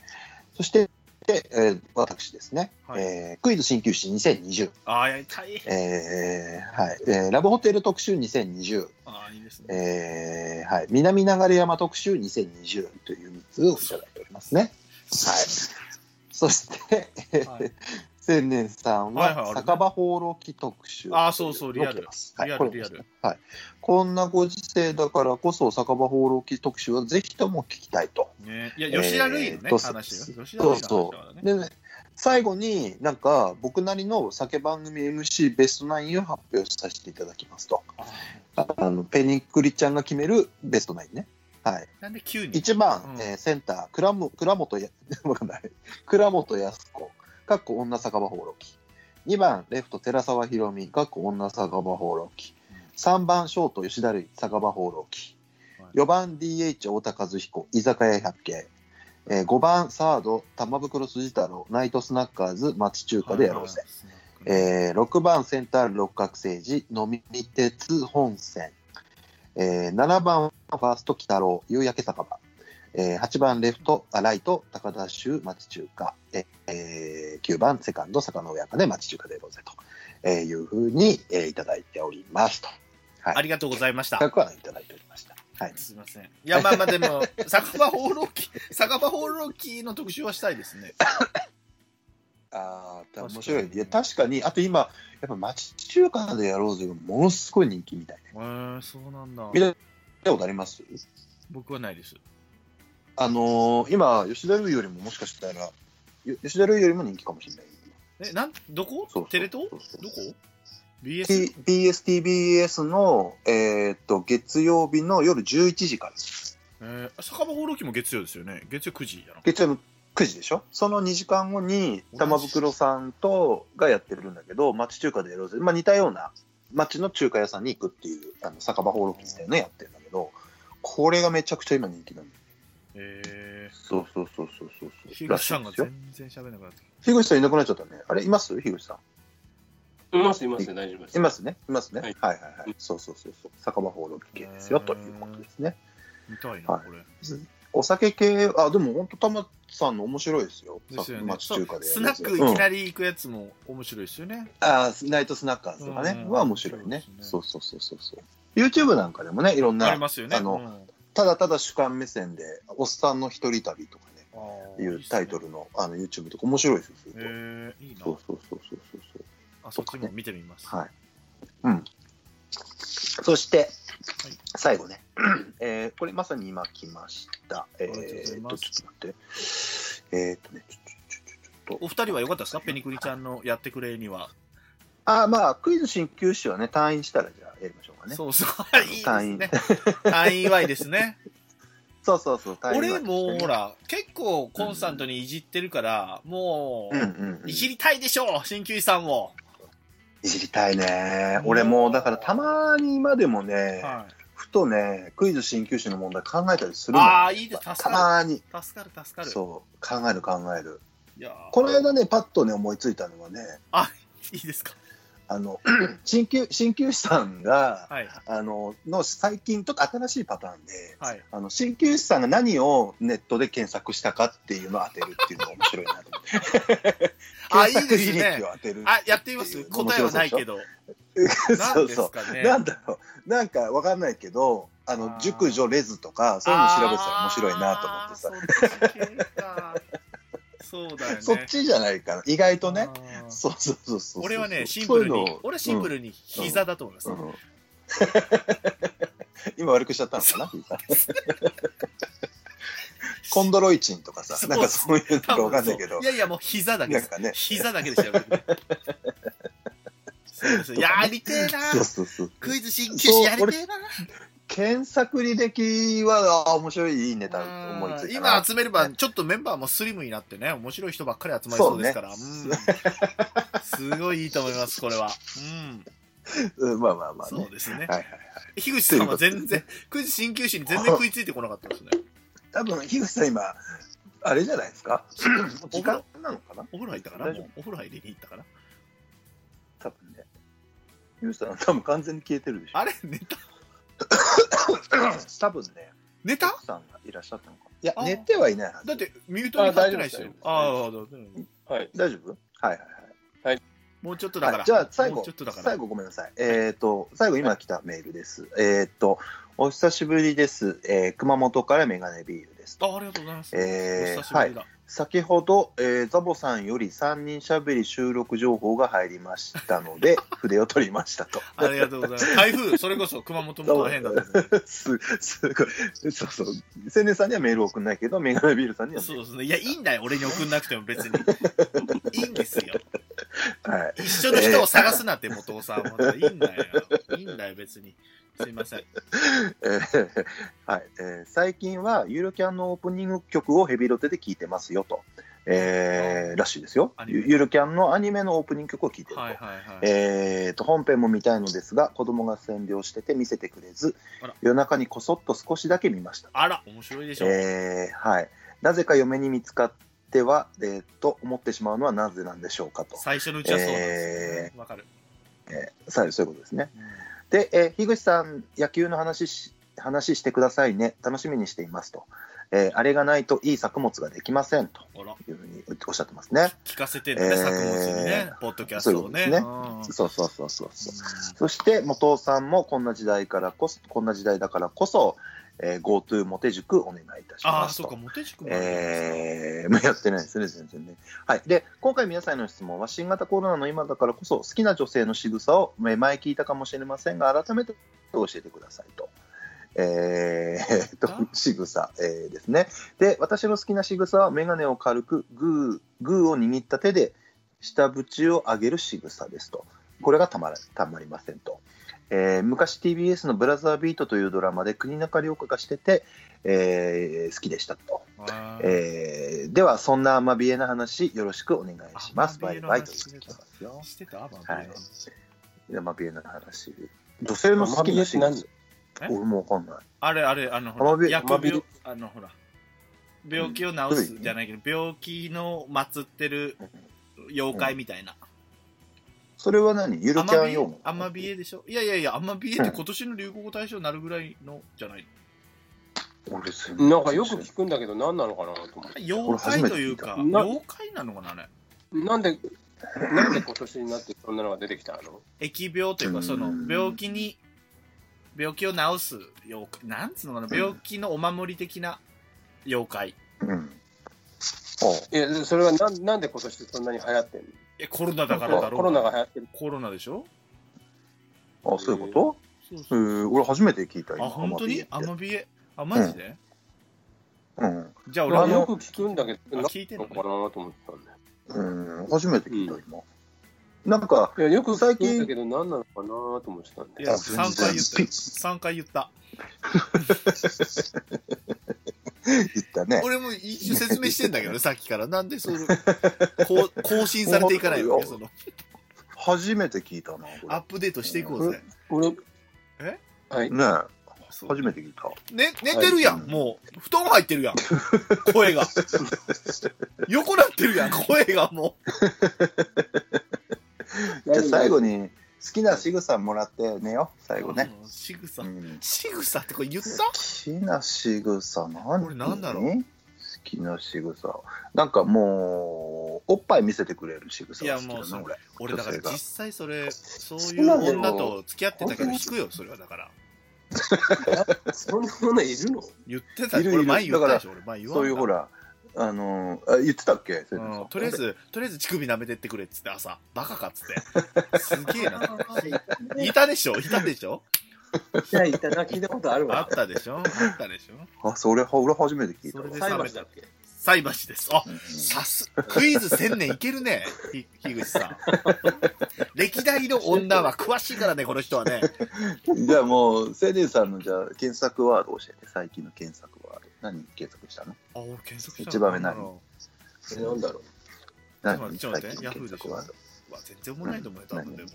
そして、でえー私ですね、
はい
えークイズ鍼灸師2020、
ああ、やりたい。
えーはいえーラブホテル特集2020、
ああ、いいですね。
えーはい、南流山特集2020という3つをいただいておりますね。はい、そして、
はい
千年さん
はいはいあ
は
るね
酒場放浪記特集
あーそうそうリア
載
ル
ってますはい
リアル
これです
リアル
はい、こんなご時世だからこそ酒場放浪記特集はぜひとも聞きたいと
ね、いや、吉田類の
えー
ね、
と
話よ。吉
そ
田類の
う
話だか
そ
ら
う
ね。
で、ね、最後になんか僕なりの酒番組 MC ベストナインを発表させていただきますとあのペニクリちゃんが決めるベストナインねはい
なんで急に。
1番、
うん
えーセンター倉本倉本や わかんない倉本康子かっこ女酒場放浪記2番レフト寺澤宏美かっこ女酒場放浪記3番ショート吉田類酒場放浪記
はい
4番 DH 太田和彦居酒屋百景、えー、5番サード玉袋筋太郎ナイトスナッカーズ町中華でやろうぜ、
はいはい。
えー6番センター六角星児飲み鉄本線、えー7番ファースト鬼太郎夕焼け酒場、えー8番レフトあライト高田州町中華、えーえー9番セカンド坂の上茜町中華でございと、えーいうふうに、えーいただいておりますと
ありがとうございました。
100はいただいておりましたはい
すいません。いや、まあまあでも、 酒場放浪記、酒場放浪記の特集はしたいですね。
ああ、面白い。いや、確かに、あと今、やっぱ町中華でやろうぜがものすごい人気みたいね。
えー、そうなんだ。
見たことあります
僕はないです。
あのー今、吉田類よりももしかしたら、よ吉田類よりも人気かもしれない。
え、なん、どこ
そうそう
テレ東
そうそう
どこ ?BS?
T- BSTBS の、えーっと、月曜日の夜11時から。
えー、酒場放浪記も月曜ですよね。月曜9時やな。
月曜の9時でしょその2時間後に玉袋さんとがやってるんだけど町中華でやろうぜ、まあ、似たような町の中華屋さんに行くっていうあの酒場放浪記みたいなのやってるんだけどこれがめちゃくちゃ今人気なんだよ
え
そうそうそうそうそう
ー、
そう
東さんが
らしいですよ
全然喋れなくなってき
樋口さんいなくなっちゃったねあれいます樋口さ
いますいます大丈夫で
ん
す
いますねいますねは
はいい
はいはい、そうそうそうそう酒場放浪記系ですよ
へー
ということですね
た。見たいな、
はい
これ。
お酒系あでも本当玉さんの面白いですよ
ですよね。
町中華で
そう
や
ス
ろ
ナ
うぜ
ックいきなり行くやつも面白いですよね。
ああ、ナイトスナッカーズとかね、
うん
は面白いね。そそ
そう
うそうそうそう。YouTube なんかでもね、いろん
あ
な
り、ますよね。
あの
うん
ただただ主観目線で、おっさんの一人旅とかね、
あー
いうタイト
い
ルのあの YouTube とか面白いですよ、す
いっすね。
る
えー、いいな
と。そうそうそうそうそうそう。
あ、そっちも見てみます。
はい。うん。そして、最後ね、 えーこれまさに今来ました。え
りがとうござい
ー、っ
ま
と、
す
ちょっと待って。えー、っとね、ちょちょちょちょちょっと。
お二人は良かったですかペニクリちゃんのやってくれには。
ああ、まあ、クイズ鍼灸師はね、退院したらじゃあやりましょうかね。
そうそう。いいですね。 単位祝いですね。
そうそうそう、退院は
俺も
してね
ほら、結構コンスタントにいじってるから、もう、
うんうんうん、
いじりたいでしょう、鍼灸師さんを。
いじりたいね。俺もうだからたまに今でもね、ふとね、クイズ鍼灸師の問題考えたりするの。
ああ、いいです。助
た
か
まに。
る。助かる、助かる。
そう、考える考える。
いやー
この間ね、パッとね、思いついたのはね、
いいですか。
あの、 鍼灸、鍼灸師さんが、
はい。
あの、の最近ちょっと新しいパターンで、
はい。
あの、鍼灸師さんが何をネットで検索したかっていうのを当てるっていうのが面白いなと思って。
あいい
検索
ですね
履 歴を当てる。
あ、やってみます答えはないけど。
そ
何
う
で
そう
す。かね。
なんだろう、なんかわかんないけど、あの
あー
熟女レズとか、そういうの調べてたら面白いなと思ってさ、
あー。そっち系かそうだよね。
そっちじゃないかな、意外とね。
あー
そうそうそうそう。
俺はね、シンプル
そういう
に
の、
俺はシンプルに膝だと思います
う。ん うん今悪くしちゃったのかな、膝コンドロイチンとかさ、
そう
なんかそういうの
多
かわ
分
かんないけど
そうい、やいや、もう膝だけで
なん
す。
かね。
膝だけでしたよ。 そうですやりてえな。
そうそうそう。
クイズ鍼灸師やりてえな。
検索履歴は、あー面白い、いいネタ思いついたな。
今集めれば、ちょっとメンバーもスリムになってね、面白い人ばっかり集まりそうですから、うん、すごいいいと思います、これは。うん、
うんまあまあまあね。
そうですね。
はいはい。
樋口さんは全然、クイズ鍼灸師に全然食いついてこなかったですね。
多分、樋口さん今、あれじゃないですかもう時間なのかな
お風呂入ったかな
大丈夫
もうお風呂入りに行ったかな
多分ね。樋口さん、多分完全に消えてるでしょ
あれネタ
多分ね、
ネ
た
タ
くさんがいらっしゃったのか。いや、
あ
寝てはいないはず。
だって、ミュートに入ってないですよ。
あ
ああ、だって
はい
大丈夫はいはいは
もうちょっとだか
い。は
ら。
い、じゃあ、最
も
後
うちょっとだか、ら
最。後ごめんなさい。えっ、と、最後今来たメールです。えっ、と、お久しぶりです。えー熊本からメガネビールです。
あありがとうございます。
えー
お久しぶりだ。
先ほど、えーザボさんより3人しゃべり収録情報が入りましたの で、筆を取りましたと。
ありがとうございます。台風、それこそ熊本も大変だと思う。
す、すごい。そうそう。青年さんにはメールを送んないけど、メガネビールさんにはメー
そう
ル。
ですね。いや、いいんだよ。俺に送んなくても別に。いいんですよ。
はい。
一緒の人を探すなって、元尾さんは。いいんだよ。いいんだよ、別に。すいません。
えー はい。えー最近は、ゆるキャンのオープニング曲をヘビロテで聴いてますよと。えーらしいですよ
ア。ニメ
ゆゆるキャンのアニメのオープニング曲を聴いてると。
はいはいはい。
えー、と本編も見たいのですが子供が占領してて見せてくれず
あら
夜中にこそっと少しだけ見ました
あら、面白いでしょ。
えーはい、なぜか嫁に見つかっては、えー、と思ってしまうのはなぜなんでしょうかと、
最初のうちはそうなんですよねわかる。
えーさあそういうことですね。
うん
で、えー樋口さん、野球の話し話してくださいね、楽しみにしていますと、えーあれがないといい作物ができませんと
あら、
いうふうにおっしゃってますね。
聞かせてるね、作物にね
え、
ポッドキャストをね。
そういう
うん
そうそうそうそうそう。そして、元尾さんもこんな時代からこそ、こんな時代だからこそ、えー、GoTo モテ塾お願いいたし
あ
ま
あ、
す
そう
と
か、。モテ塾もあるんです
えー、まあやってないですね、全然ね。はい。で、今回皆さんへの質問は、新型コロナの今だからこそ、好きな女性の仕草を、えー前聞いたかもしれませんが、改めて教えてくださいと。えー、と
あ、
仕草、えー、ですね。で、私の好きな仕草は、眼鏡を軽く、グー、グーを握った手で、下縁を上げる仕草ですと。これがたまらたまりませんと。えー昔 TBS の「ブラザービート」というドラマで国中涼子がしてて、えー好きでしたと。
あー
えーではそんなアマビエな話よろしくお願いします。
アマ
バ
ビエ
イ
の
バイと
話
続きますよ。
してたアマビエ
は
の
い
話。
アマビエの話。女性の好きな仕
アマビエ
事
っ。
て何
俺もわかんない。
あれあれ、あの、
ア
ほ
マ
ら、
ビエ
薬
アマビ
病
エ、
あの、ほら、病気を治すじゃないけど、病気の祀ってる妖怪みたいな。
それは何ゆる
ア
キャ
マ
ン
ビ
用
エ
語、
アマビエでしょいやいやいや、アマビエって今年の流行語大賞になるぐらいのじゃない。
俺別に
なんかよく聞くんだけど、何なのかなと思って。
妖怪というか、
俺初めて聞いた
妖怪なのかなあれ。
なんで、なんで今年になってそんなのが出てきたの
疫病という
う
か、
ん
その、病気に、病気を治す妖怪、なんつうのかな、病気のお守り的な妖怪。
うん。
いや、それはなんなんで今年そんなに流行ってんの
え、コロナだからだろう。
コロナが流行ってる。
コロナでしょ
ああ、そういうこと
そう
え
そう。
ー俺初めて聞いた
あ、本当にア
アマビエっ
マビエ。あ、マジで
てうん。
じゃあ
俺は
俺
よ
も、
く聞くんだけど、
あ
何
聞いて
なん
の
の
か
か
な
なと思ってたんだよ。
うん、初めて聞いた今。なんか、
いや、よく最近だけど、何なのかなと思ってたんだ
い
よ。
や、
あ全然
3回言ったよ。3回言った。
言ったね。
俺も一応説明してんだ けどね、さっきから。なんでその、こう更新されていかないわけその、
初めて聞いたな、こ
アッ
れ。
プデートしていこうぜ。
俺、
え
はい。
ねえ
そう
初めて聞い た。
ね、寝てるやん、
はい
もう。布団入ってるやん。声が。横なってるやん、声がも
じゃあ最後に、好きな仕草もらって寝よう、最後
う。
ね。
うん。仕草
う。ん
仕草ってこれ言った
好きな仕草何
これ何だろう
好きな仕草なんかもうおっぱい見せてくれる仕草が好き
いやもう
だ
そ
な
う
俺
俺だか
女
ら
性が
実際それ、そう
そ
いう
なんだ
う
よ
女と付き合ってたけど引くよ、それはだから。
そんなものいるの
言ってた
いるい
俺
る
前言ったでしょ、俺前言わ
そういうほ
ら。
らあのあ言ってたっけ
う
生徒さ
ん
ん、
とりあえず、とりあえず乳首舐めてってくれっつって朝、バカかっつって。すげえな。 いたでしょいたでしょ
いや、いたな、聞いたことある
あ
わ
っ。たでしょあったでしょ
あそれは俺初めて聞いたわ
それで
裁判だっけ
菜箸です。あ、
うん
さす、クイズ1000年いけるね、ひ樋口さん。歴代の女は詳しいからね、この人はね。
じゃあもうセデンさんのじゃあ検索ワード教えて最近の検索ワード何検索したの
あ、俺検索した。
一番目何
あの
えなんだろう。
何
ちょっ
最
と待って
近の検索ワード
うわ全然おもんないと思うよ、多分でも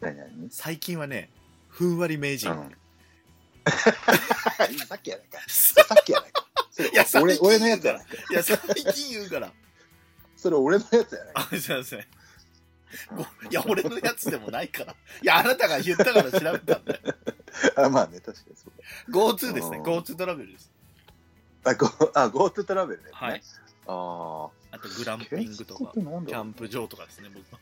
俺。
何何
最近はね、ふんわり名 人。
うんさっきやないかさっきやない かそれ
いや最
俺
近
俺のやつやないか
いや、最近言うから。
それ俺のやつやないか
あ、すいません。ごいや、俺のやつでもないから。いや、あなたが言ったから調べたんだよ。
あまあね確かにそう
GoTo ですね。
うん
GoTo トラベルです。
だあゴあ GoTo トラベルだよね、
はい。
あ
あと、グラ
あ
ンピングとか、
キ
キャンプ
場
場とかですね、僕は。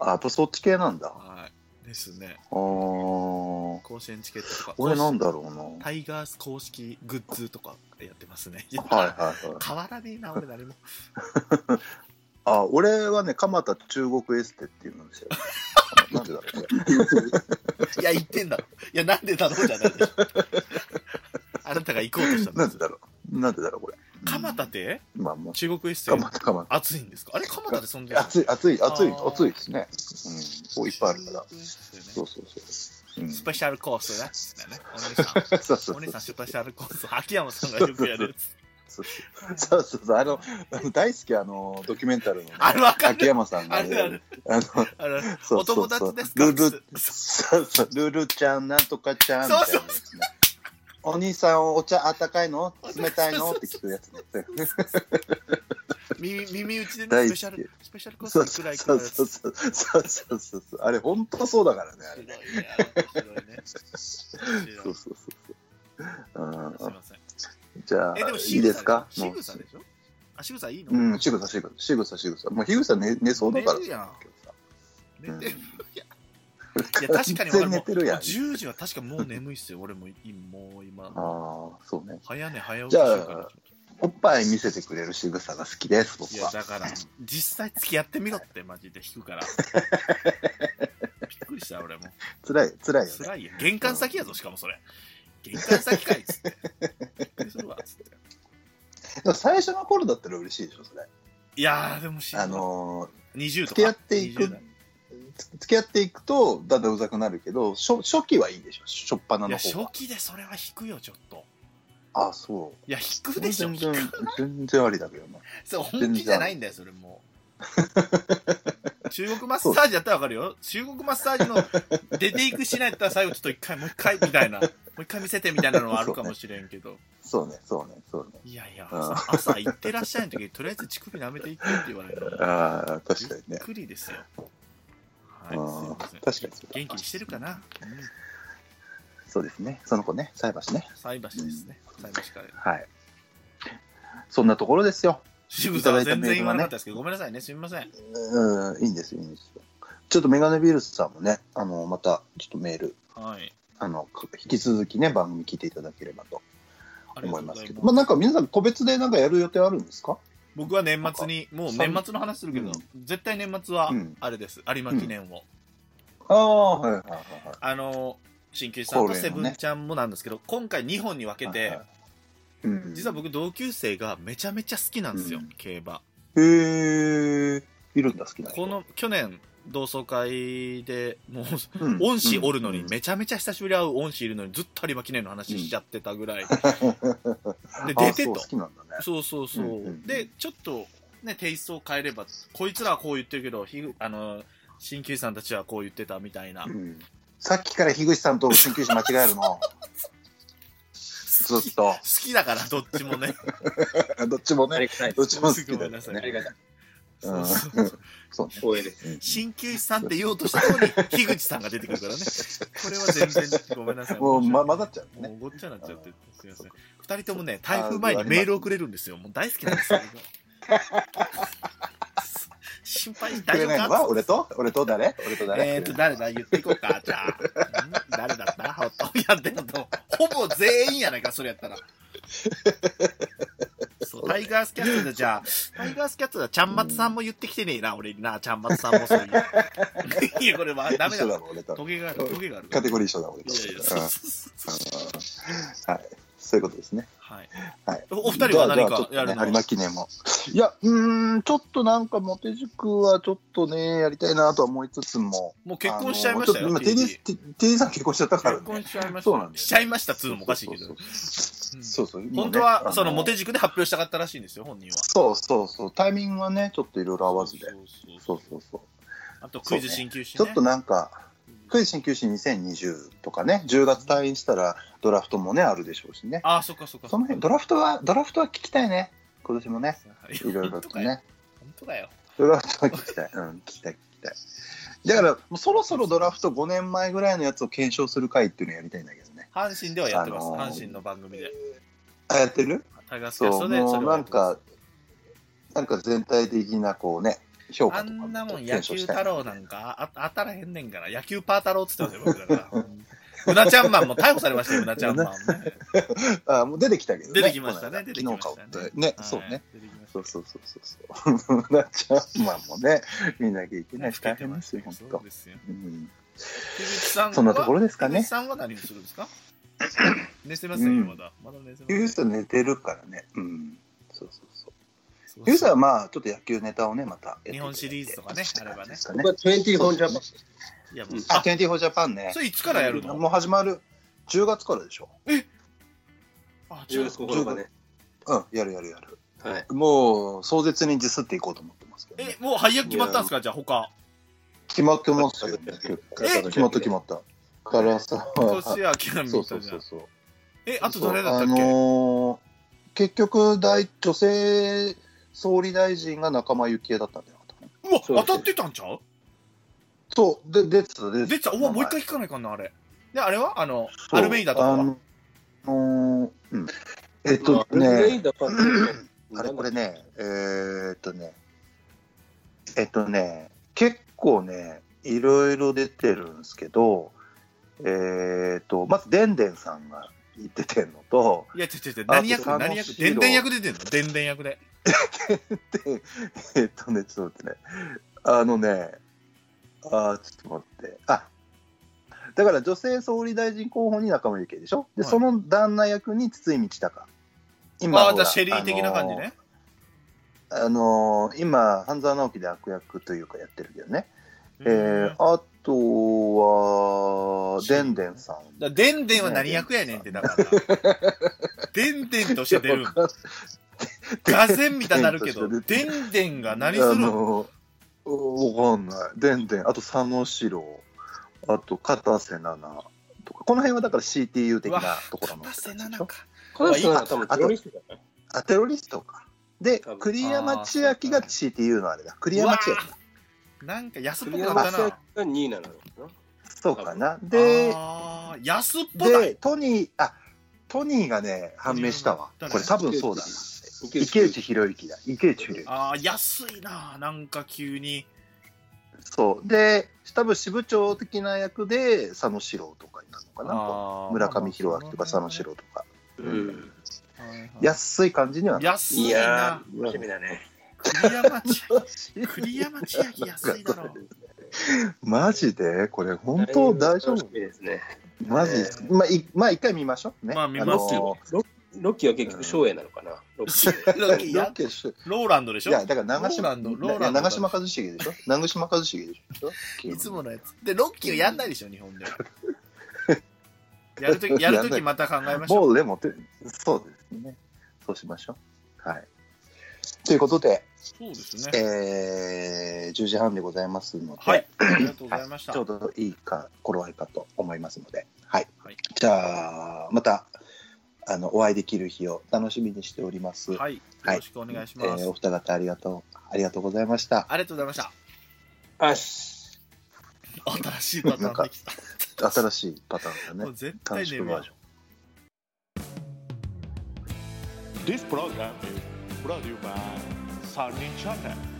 あやっぱそっち系なんだあ
はい。ですね。
あー
甲子園チケットとか。
俺なん
だ
だろう
タイガース公式グッズとかやってますね。
なはいはいはい
変わらねえな、俺誰も。
あ俺はね蒲田中国エステっていうのですよ なんでだろうね
いや、言ってんだろ。いや、なんでだろうじゃ ないでしょ。あなたが行こうとしたん
な
で
ん
す
で。だろうなんでだろうこれ
蒲田っ
うん
て
まあもう
中国エステ
蒲田蒲田
暑いんですかあれ蒲田でそんな
暑い暑い暑い
あー
暑いですねうんこういっぱいあるから
そ
そううそうそう、うん、
スペシャルコースね。つってねお姉 さ
そうそ
ん、お
う
姉
そ
さ
うん
スペシャルコース。秋山さんがよくやる やつ。
そうそうそうあのあの大好きあのドキュメンタルのね、
あれわか
秋
る。
山さん
あ
が
るある
ね。あの
ある
そう
お
そうそう
友達ですか
ルル
つって
そうそう、ルルちゃん、なんとかちゃんみたいなやつね
そう
お兄さん、お茶あったかいの冷たいのって聞くやつね。
耳耳打ちでね、
大好
スペ
き
シャル、スペシャルコ
そう
ース
そ
いくら
う
いく
そ
ら
う
やつ。
そう
す
そうそうそうそう。あれ、本当そうだからね。あ
ご
れ
い
ね
ね。面白いね。面
そう
白い
そうそうそう。
すいません。
うん、じゃあ、
え、でも、
いいですか
仕
う
草でしょあ、仕草いいの
うん、仕草、仕草、仕草、仕草。もう、樋口さん寝寝そうだから。
寝るやん
うん
寝てるやんいや、確か
全
に俺
然
も
寝てるやん。
10時は確かもう眠いっすよ。俺も今、もう今。
ああ、そうね。
早寝早起きしようかな。
おっぱい見せてくれる仕草が好きです、僕
いや、
は。
だから、実際付き合ってみろって、マジで引 くから。びっくりした、俺も。
辛い、辛いよね。
辛いよ。玄関先やぞ、しかもそれ。玄関先かいっつって。びっくりするわ、つって。
でも最初の頃だったら嬉しいでしょ、それ。
いやー、でもしんど
あ
い、
の
20とか。
付き合っていく
20代
ー、つ付き合っていくと、だんだんうざくなるけど、初初期はいいでしょ、初っ端
い
の
や、
方
初
が。
期でそれは引くよ、ちょっと。
ああ、そ
いや、引
う。
くでしょ、
全
引
然
く。、
全然ありだけどな。
それ本気じゃないんだよ、それもう。中国マッサージやったらわかるよ。中国マッサージの出ていくしないやったら最後ちょっと一回、もう一回みたいな、もう一回見せてみたいなのはあるかもしれんけど。
そうね、そうね、そうね。
いやいや、
うん
朝朝行ってらっしゃいの時に、とりあえず乳首舐めていくって言われるの。
ああ、確かに
ゆっ
ね。
くりですよ。はい、すい
うん
ません。
確かにそうだ
元気にしてるかな、うん、
そうですね。その子ね、菜箸ね。
菜箸ですね。菜箸から。
はい。そんなところですよ。
渋沢
いただい
全
たメー
然言
ル
わ
はね
なかったですけど、ごめんなさいね、すみません。
うん、いいんですよ、いいんですよ。ちょっとメガネビールスさんもね、あの、また、ちょっとメール、
はい。
あの、引き続きね、番組聞いていただければと
あり
思
が
いう
と
ま
ご
す
ざ
け
い
ど。ます
ま
あ、。なんか皆さん個別でなんかやる予定あるんですか
僕は年末に、もう年末の話するけど、絶対年末は
うん、
あれです、有馬記念を。
ああ、はいはいはいはい。
あの、鍼灸師さん
恒
と
例
セ
のね
ブンちゃんもなんですけど、今回2本に分け
はい
て
は、いうん、
実は僕、同級生がめちゃめちゃ好きなんですよ
うん、
競馬。
へえいるんだ好きな人
こ、の、去年、同窓会で、もう、
うん
恩師おるのに、
うん
めちゃめちゃ久しぶり会う恩師いるのに、ずっと有馬記念の話しちゃってたぐらい。で、
あ
出て
そう
と
好。きなんだね
そうそうそう。
うんうんうん
で、ちょっと、ね、テイストを変えれば、こいつらはこう言ってるけど、ひあの、鍼灸師さんたちはこう言ってたみたいな。
うんさっきから樋口さんと鍼灸師間違える のずっと
好きだから、どっちもね。
どっちも
あ
ね
りがたい
ど
で
っ
す。
ちも好きだよね
ありがたい。
うん
そうそう
そう
光栄です。
ね
鍼灸師さんって言おうとした のに、樋口さんが出てくるからね。これは全然、ごめんなさい。
もう、ま、混ざっちゃう
も
ね
うごっちゃになっちゃって、すみませ
そ
ん。二人ともね、台風前にメールをくれるんですよ。もう大好きなんです よ。心配し
く
大
れ
丈
ない
夫
のは
か
俺と俺と誰俺と誰
えーと、誰だ言っていこ うか、じゃあ。ん誰だったほとんどやってんのと。ほぼ全員やないか、それやったら。そう、タイガースキャッツでじゃあ、タイガースキャッツだ、ちゃんまつさんも言ってきてねえな、俺にな、ちゃんまつさんもそう いう。いや、これはダメ
一
だ
緒
ろ。
だろ俺と
トゲがある、トゲがある。
カテゴリー一緒だ俺と
いやいや、
う
そ
ん
う
う
そ
ん
うそうそう。
はいそういうことですね
はい。
はい
おお二人は何
じゃあ
か
じゃ
や
あちょっとね
るの
有馬記念も。いや、うーん、ちょっとなんか、モテ塾はちょっとね、やりたいなとは思いつつも。
もう結婚しちゃいましたよ
あのちょっと
TD
今、テディ、テディさん結婚しちゃったからね。
結婚しちゃいました。
そうなんだよね
しちゃいましたっつうのもおかしいけど。
そうそう
うん
そうそうそう
本当は、その、モ
モテ
テ塾で発表したかったらしいんですよ、本人は。
そうそうそう。タイミングはね、ちょっといろいろ合わずで。
そ
そううそうそう。
あと、クイズ鍼灸師
ちょ
ね。
っとなんか、クイズ鍼灸師2020とかね、10月退院したらドラフトもね、あるでしょうしね。
ああ、そっかそっか。
その辺、ドラフトは、ドラフトは聞きたいね。今年もね。 い
い
ろ
ろ
い
い
ろ
ろ
と
とね。
ね。
本当だよ。
ドラフトは聞きたい。うん、聞きたい、聞きたい。だから、もうそろそろドラフト5年前ぐらいのやつを検証する回っていうのやりたいんだけどね。
阪神ではやってます。
あのー
阪神の番組で。
あ、やってる
タイガースキャス
そ
ト
う、
で
も
そうれを
な
やっ
ん
てます
か、なんか全体的なこうね、評
あ
価とかも
んなもん野
検証
球
したい
太郎なんかあ当たらへんねんから、野球パー太郎っつってますよ、僕だから。うなちゃんマンも逮捕されましたよ、うなちゃんマンもね。
あ、もう出てきたけどね。
出てきました
この間
ね出てきましたね
昨日か。ね、
はい
そうね。。
出てきました
そうそうそうそうそう。 なっちゃうまあもうね、見なきゃいけないし、大変ですよ、本
そう
当。
ですよ。
うん。
樋口さんは
そんなところですかね
樋口さんは何をするんですか寝てませんよ、まだ。まだ寝てません。
ユースは寝てるからね。うん。そうそうそう。
そう
ユースはまあ、ちょっと野球ネタをね、またやっていただいて。
日本シリーズとかね
って感じですかね
僕は24ジャパン。
いや、もう
うん。
あ、
あ、
24ジャパンね
そ。れいつからやるの
もう始まる。10月からでしょ。
あ、違
10
う
月9日ね。
うん、やるやるやる。
はい。
もう、壮絶にディスっていこうと思ってますけどね、
え、もう配役決まったんですかじゃあ他。
決まってますよ、ね、結構。
え
決まった決まった。からさ、
今年は諦め
そう
た
そう
じ
そ
ゃん
う。そう。
え、あと誰だったっけ、
そうあのー結局大、女性総理大臣が仲間由紀恵だったんじゃなかったかな
うわ、
そう
当
です
たってたんちゃう
そう、で、出てた、出
出
て
てた。うわ、もう一回聞かないかんな、あれ。で、あれはあの、
た。
アルメイダとか
あ
は。
のーうん。えっと
全
ね、
員だから
あれこれね、えーっとね、えっとね、結構ね、いろいろ出てるんですけど、えっと、まず、でんでんさんが出てんのと、
いや、違う違う違う、何役
あと
何
楽
役
しい
でん
の
でん役出てんのでんでん役で。
で、 えっとね、ちょっと待ってね。あのね、あーちょっと待って。あだから女性総理大臣候補に中森明恵でしょで、
はい
その旦那役に筒井道隆。今
あ
ほ
あ、じゃ
ら
あシェリー的な感じね。
あのー今、半沢直樹で悪役というかやってるけどね。え
うん
ー、あとは、
そう
でんでんさん。
だでんでんは何役やねんって、だから。でんでんとして出るん
わ。かん
がぜんみたいになるけど、
でん
でんでんが何す
あ
るの
のーわかんない。でんでん、あと佐野史郎、あと片瀬奈々とか、この辺はだから CTU 的
うわ
なところの
片瀬な
で
の
しょ
か。
カナさんは多分
あと
テロリストだね。
あ、テロリストか。で
多分、
栗山千明が CTU のあれだ。栗山千明だ。
なんか安っぽ
栗
くなっ
山
た
千明
な
が。2位なのかな。
そうかな。で、
あー安っぽだ
で、トニー、あ、トニーがね、判明したわ。
だね
これ多分そうだな。
池
池内博之だ。池内博之。
ああ、安いな、なんか急に。
そう。で、多分支部長的な役で佐野史郎とかになるのかな。村上弘明とか佐野史郎とか。
うん。
安
安い感じにはなる
安
い
いな
や。ー、楽しみだね。
栗山千明、栗山千明安いだろ。
マジでこれ本当大丈
楽し
夫
みですね。
マジですまあ、いまあ一回見ましょうね。
まあ見ますよ
ロロッキーは結局、翔英なのかな。ロッキー
あのーロケし
ローランドでし
い
ょ
や、だから長島、
ローランドローランド
いや長島一茂でしょ長島一茂でしょ
いつものやつ。で、ロッキーはやんないでしょ、日本 では。やるとき、やるときまた考えましょう。
もうでもて、そうですね。そうしましょう。はい。ということで、
そうですね。
えー、10時半でございますので、
はい。ありがとうございました。
ちょうどいいか、頃合いかと思いますので、はい。
はい
じゃあ、また、あの、お会いできる日を楽しみにしております。
はい。よ
はい
ろしくお願いします。
えーお二方ありがとう、ありがとうございました。
ありがとうございました。
あし。
新しいパターンできた。
新しいパターンだ
も
ね
う。絶
短
対
縮
眠
バ
る
ージョン。
This program is brought to you by Sunny Channel.